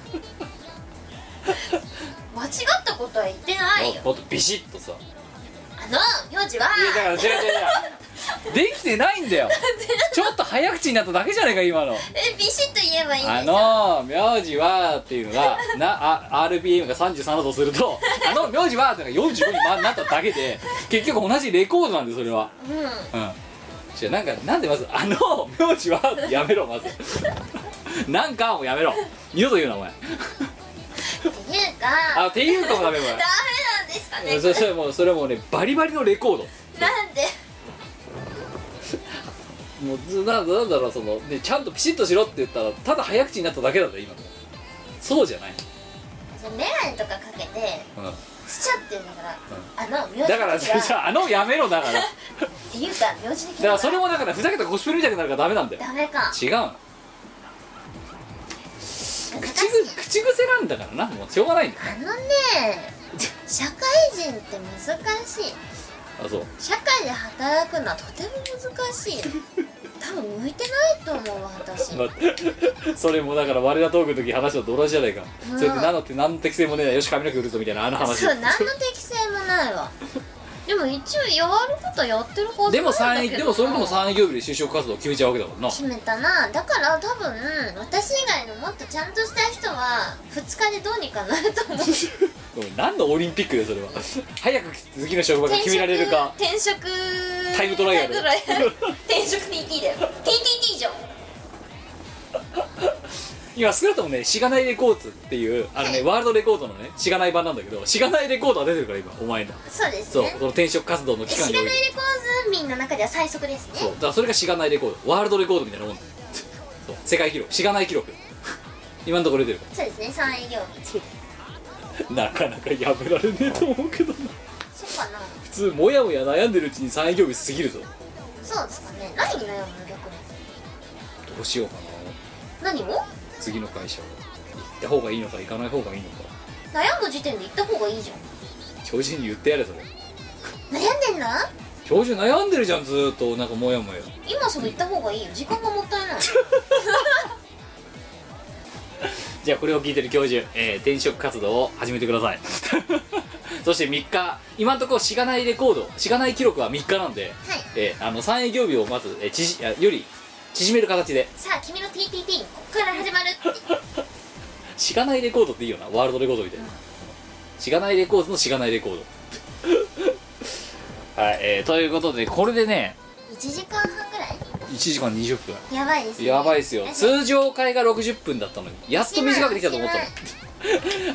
間違ったことは言ってないよ
もっとビシッとさい
あの名字は
やだから違う違う違うできてないんだよ ちょっと早口になっただけじゃねえか今の
えビシッと言えばいいん
あ
でしょ
の名字はっていうのがなあ RPM が33だとするとあの名字はっていうのが45にまなっただけで結局同じレコードなんでそれは
うん
うんじゃあなんかなんでまず「あの 名字は」ってやめろまず「 なんか」もやめろ二度と言うなお前
っていう
あ
か
っていうかもダメお
ダメなんですかね
前そそれもうそれもうねバリバリのレコード
なんで
もうずななんだろうその、ね、ちゃんとピシッとしろって言ったらただ早口になっただけだったよ今のそうじゃない、
じゃあメガネとかかけて
う
スチャって言うんだから、あの名
ん、
字
だから
的
じ
には
ゃ ああのやめろだから
っていうか名字的
だ
に
か
は
らそれもだからふざけたコスプレみたいになるからダメなんだよ
ダメか
違うの
難しい
口ぐ口癖なんだからなもうしょうがないんだよ
あのね社会人って難しい
あそう
社会で働くのはとても難しい多分向いてないと思うわ私
まあ それもだから我らトークの時話したと同じじゃないか、
うん
それで何だって何の適性もねえなよし髪の毛売るぞみたいなあの 話
そう何の適性もないわでも一応やることやってるはずなんだけど
でも三
な
でもそれでも3営業日で就職活動を決めちゃうわけだからな
決めたなだから多分私以外のもっとちゃんとした人は2日でどうにかなると思う
うん何のオリンピックでそれは早く次の職場が決められるか
転職
タイムトライ
タ
アル
イムトライアル転職 TT だよ TTT じゃん
今少なくともね「しがないレコード」っていうあのねワールドレコードのねしがない版なんだけどしがないレコードは出てるから今お前の
そうです
そう
ね
この転職活動の期間
し
に
が
おい
ない
て
レコーズ民の中では最速です
そう
ね
だからそれがしがないレコードワールドレコードみたいなもんだよそう世界記録しがない記録今のところ出てるか
そうですね3営業日
らなかなかやめられねえと思うけどな
そうかな
普通もやもや悩んでるうちに3営業日過ぎるぞど
そうですかね何に悩むの逆に
うしようかな
何を
次の会社は行った方がいいのか行かない方がいいのか
悩む時点で行った方がいいじゃん
教授に言ってやれそれ
悩んでんな
教授悩んでるじゃんずーっとなんかもやもや
今すぐ行った方がいいよ時間がもったい ない
じゃあこれを聞いてる教授、えー転職活動を始めてください そして3日今のところしがないレコードしがない記録は3日なんで、えーあの3営業日をまず、えー縮あより縮める形で
さあ君の TTT ここから始まるって
しがないレコードっていいよなワールドレコードみたいな、しがないレコードのしがないレコード はい、えーということでこれでね
1時間半ぐらい
1時間20分
やばいですね
やばいですよ
私
通常会が60分だったのにやっと短くできたと思ったの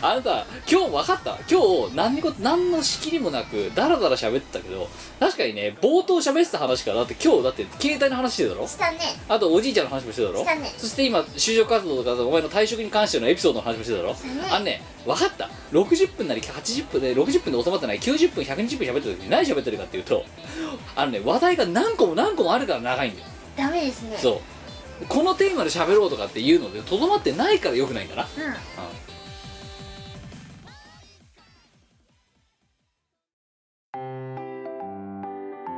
あなた今日分かった今日何にこ何の仕切りもなくダラダラ喋ってたけど確かにね冒頭喋ってた話からだって今日だって携帯の話してたろ
したね
あとおじいちゃんの話もしてたろ
したね
そして今就職活動とかお前の退職に関してのエピソードの話もしてたろ
したね
あのね分かった60分なり80分で60分で収まってない90分120分喋ってる時に何喋ってるかっていうとあのね話題が何個も何個もあるから長いんだよ
ダメですね
そうこのテーマで喋ろうとかっていうのでとどまってないからよくないんだな
うん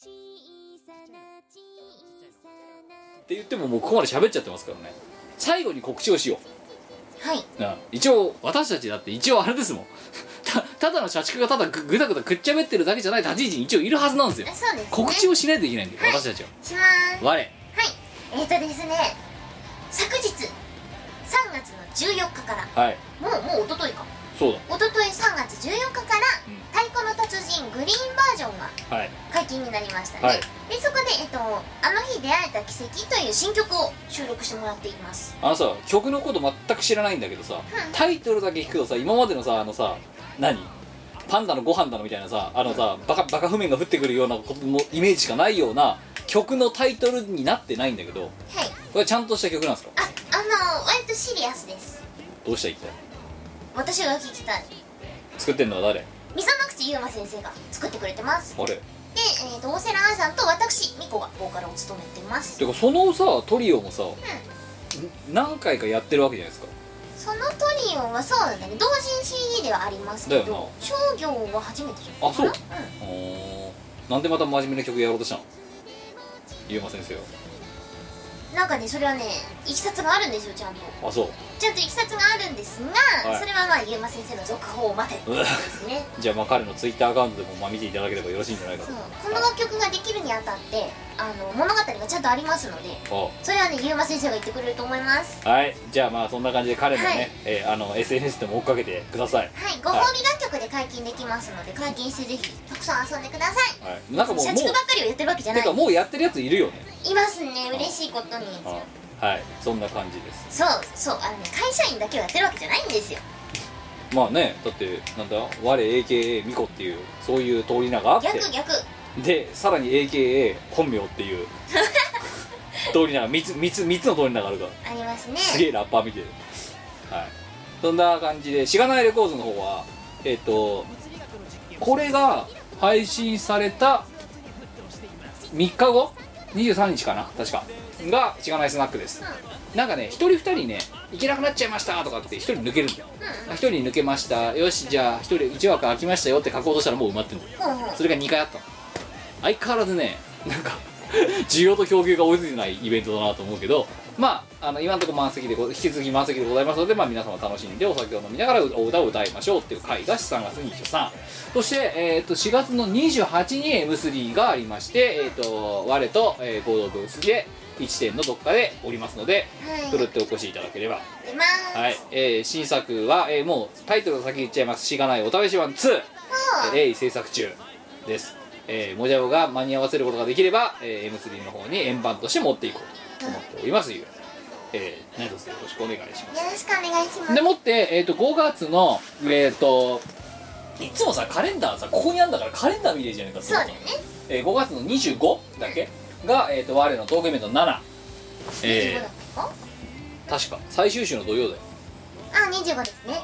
小さな小さな
って言ってももうここまで喋っちゃってますからね最後に告知をしよ
はい。
う、うん一応私たちだって一応あれですもんたただの社畜がただぐぐだぐだくっちゃべってるだけじゃない立ち位置に一応いるはずなんですよ
そうです、ね。
告知をしないといけないんで
はい
私たち
し
は
ます。はい。
我
えーとですね、昨日、3月の14日から、
はい
もう、もう一昨日か。
そう
一昨日3月14日から、
うん
太鼓の達人グリーンバージョンが
だはい
解禁になりましたね。
はい
で、そこで、えっと、あの日出会えた奇跡という新曲を収録してもらっています。
あのさ曲のこと全く知らないんだけどさタイトルだけ聞くとさ今までのさあのさ何パンダのご飯だのみたいなさあのさバカバカ譜面が降ってくるようなことのイメージしかないような曲のタイトルになってないんだけど
はい。
これちゃんとした曲なんですか
あ、あのー、割とシリアスです。
どうした一体
私が聞きたい。
作ってんのは誰
溝の口ゆうま先生が作ってくれてます。
あれ
で、えー、と大瀬良愛さんと私ミコがボーカルを務めてます
てかそのさトリオもさ、何回かやってるわけじゃないですか
そのトリオはそうなんだね同人 CD ではありますけ
だよ
ど商業は初めてじゃない
あそう
うん
おーなんでまた真面目な曲やろうとしたのゆうま先生は
なんかねそれはねいきさつがあるんですよちゃんと
あそう
ちゃんといきさつがあるんですが、
はい
それはまあゆうま先生の続報を待てってことです ね
じゃあまあ彼のツイッターアカウントでもまあ見ていただければよろしいんじゃないか
そ
と
うこの楽曲ができるにあたってあの物語がちゃんとありますので
あ
それはねゆうま先生が言ってくれると思います
はいじゃあまあそんな感じで彼のね、
はい
えーあの SNS でも追っかけてください、
はいご褒美楽曲で解禁できますので解禁してぜひたくさん遊んでください
はい、なんかもう
社
も
畜ばっかりをやってるわけじゃ
う
な
て
い
かもうやってるやついるよね、
いますね嬉しいことに
うんはいそんな感じです
そうそうあのね会社員だけをやってるわけじゃないんですよ
まあねだってなんだ我 AKA ミコっていうそういう通り名があって
逆逆
でさらに AKA 本名っ ていう通り名が3つ三つ三つの通り名があるから
ありますね
すげえラッパー見てるはいそんな感じでしがないレコーズの方はえっ、とこれが配信された3日後23日かな確かがしがないスナックですなんかね一人二人ね行けなくなっちゃいましたとかって一人抜けるんだよ
う
一人抜けましたよしじゃあ一人1枠空きましたよって書こうとしたらもう埋まってるんだよ
ほうほう
それが2回あったの相変わらずねなんか 需要と供給が追いついてないイベントだなと思うけどまああの今のところ満席でご引き続き満席でございますので、まあ、皆様楽しんでお酒を飲みながらお歌を歌いましょうっていう回が3月23そして、えー、と4月の28に M3 がありまして、えー、と我と、えー合同ブースで1点のどっかでおりますので
はい
ふるってお越しいただければ
出ま
は
ー
い
す、
えー新作は、えーもうタイトルを先に言っちゃいます「しがないお試し版2」
そう
鋭意制作中です、えー、もじゃおが間に合わせることができれば、えー、M3 の方に円盤として持っていこうと思っておりますゆうえー、何卒よろしくお願いしま
よろしくお願いします
すでもって、えー、と5月のえっ、といつもさカレンダーさここにあるんだからカレンダー見れるじゃないか
そうだよね
えー、5月の25だっけが、えー、と我のトークイベント7
25
え
だったの
ー、確か最終週の土曜だよ
あ25ですね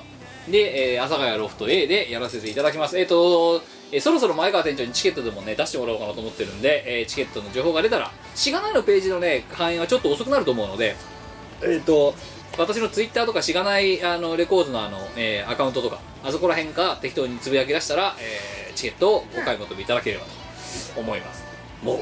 で、えー、阿佐ヶ谷ロフト A でやらせていただきますえっ、と、えーそろそろ前川店長にチケットでもね出してもらおうかなと思ってるんで、えーチケットの情報が出たらしがないのページのね反映はちょっと遅くなると思うのでえっ、と私のツイッターとかしがないあのレコードのあの、えーアカウントとかあそこら辺から適当につぶやき出したら、えーチケットをお買い求めいただければと思いますもう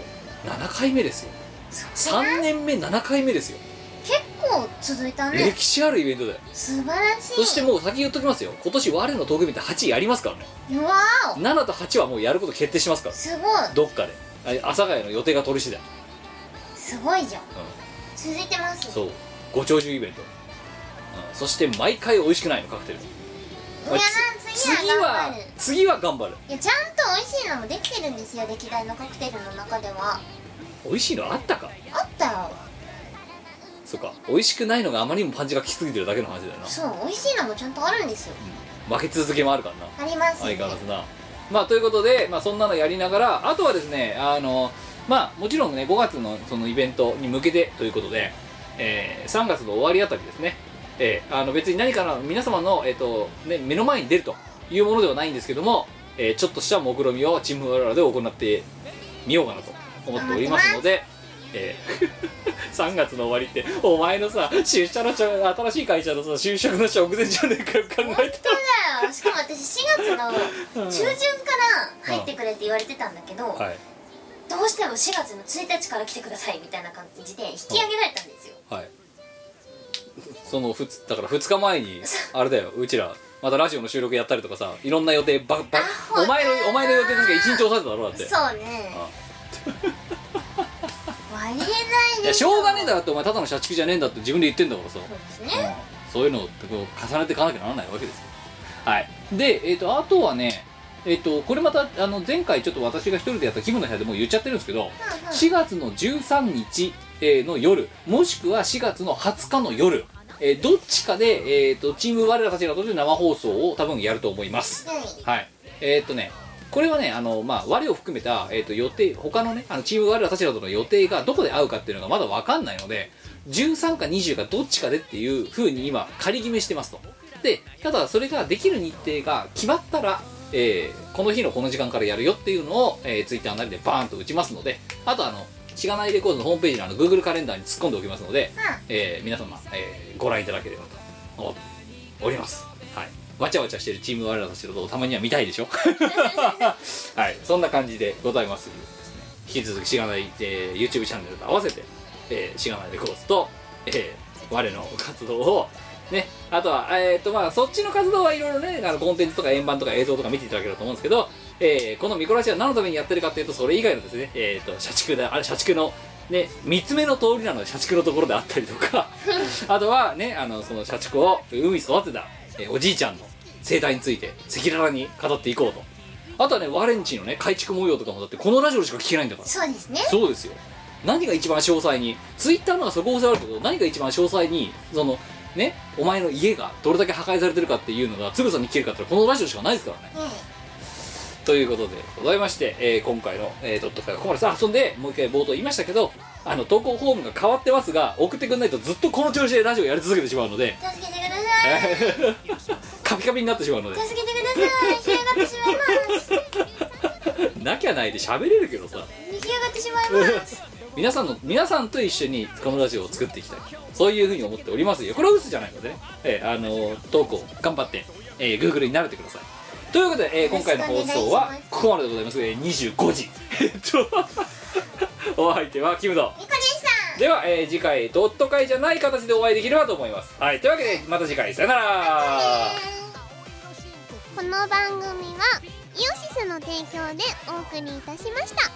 7回目ですよ3年目7回目ですよ
結構続いたね
歴史あるイベントだよ
素晴らしい
そしてもう先言っときますよ今年我のトークイベント8やりますからね
うわお
7と8はもうやること決定しますから
すごい
どっかであ阿佐ヶ谷の予定が取り次第、
すごいじゃん
う
続いてます
ん、そうご長寿イベント、うん、そして毎回美味しくないのカクテル
いや
つ
次は頑張る
次は頑張る
いやちゃんと美味しいのもできてるんですよ歴代のカクテルの中では
美味しいのあったか
あったよ
そうか美味しくないのがあまりにもパンチがきつすぎてるだけの話だよ
そう美味しいのもちゃんとあるんですよ
な負け続けもあるからな
あります
相
ね
変わらずなまあということで、まあ、そんなのやりながらあとはですねあのまあもちろんね5月のそのイベントに向けてということで、え3月の終わりあたりですね、えーあの別に何かの皆様の、えっとね、目の前に出るというものではないんですけども、えーちょっとした目論みをチーム我々で行ってみようかなと思っておりますのでえー 3月の終わりってお前のさ出社のちょ新しい会社のさ就職の直前じゃねえかよ考
本
えて
当だよしかも私4月の中旬から入ってくれって言われてたんだけど、
たはい
どうしても4月の1日から来てくださいみたいな感じで引き上げられたんですよ
はいそのふつだから2日前にあれだようちらまたラジオの収録やったりとかさいろんな予定ばば
あほん
お前のお前の予定なんか1日押さえてたろだって
そうね ありえない
い
で
や
し
し
ょ
ょうがねえだろってお前ただの社畜じゃねえんだって自分で言ってんだからさ
そうですね
そういうのをこう重ねていかなきゃならないわけですよはいでえっ、とあとはねえっ、とこれまたあの前回ちょっと私が一人でやった気分の部屋でもう言っちゃってるんですけど
うんうん
4月の13日えーの夜もしくは4月の20日の夜えーどっちかで、えー、とチーム我らたちのとで生放送を多分やると思います
はい
はい。えーっとね、これはね、あの、まあ、我を含めた、えーっと、予定、他のね、あの、チーム我らたちらとの予定がどこで合うかっていうのがまだわかんないので、13か20かどっちかでっていう風に今、仮決めしてますと。で、ただ、それができる日程が決まったら、えーこの日のこの時間からやるよっていうのを、えー、ツイッターなりでバーンと打ちますので、あとあの、しがないレコードのホームページのあの Google カレンダーに突っ込んでおきますので、えー皆様、えーご覧いただければと思っておりますはいわちゃわちゃしてるチーム我らとしてるとたまには見たいでしょ はいそんな感じでございます引き続きしがない、えー YouTube チャンネルと合わせて、えーしがないレコーズと、えー我の活動をね、あとは、えーっとまあ、そっちの活動はいろいろねあのコンテンツとか円盤とか映像とか見ていただけると思うんですけど、えーこのミコラシは何のためにやってるかっていうとそれ以外のですね、えーっと社畜だあれ社畜の、ね、3つ目の通りなので社畜のところであったりとかあとはねあのその社畜を海に育てた、えーおじいちゃんの生態について赤裸々に語っていこうとあとはねワレンチのね改築模様とかもだってこのラジオでしか聞けないんだから
そうですね
そうですよ何が一番詳細にツイッターのがそこを教わるけど何が一番詳細にそのねお前の家がどれだけ破壊されてるかっていうのがつぶさに聞けるかってこのラジオしかないですからね
はい
ということでございまして、えー今回の、えー、ドット会はここまでさあそんでもう一回冒頭言いましたけどあの投稿フォームが変わってますが送ってくんないとずっとこの調子でラジオやり続けてしまうので
助けてください
カピカピになってしまうので
助けてください干上がってしまいます
なきゃないで喋れるけどさ
干上がってしまいます
皆さんの皆さんと一緒にこのラジオを作っていきたいそういうふうに思っておりますよこれは嘘じゃないのでね、えーあのー投稿頑張って、えー Google に慣れてくださいということで、えー今回の放送はここまででございます、えー25時えっと お相手はキムド
みこでした
では、えー次回ドット会じゃない形でお会いできればと思いますはいというわけでまた次回さよなら
この番組はイオシスの提供でお送りいたしました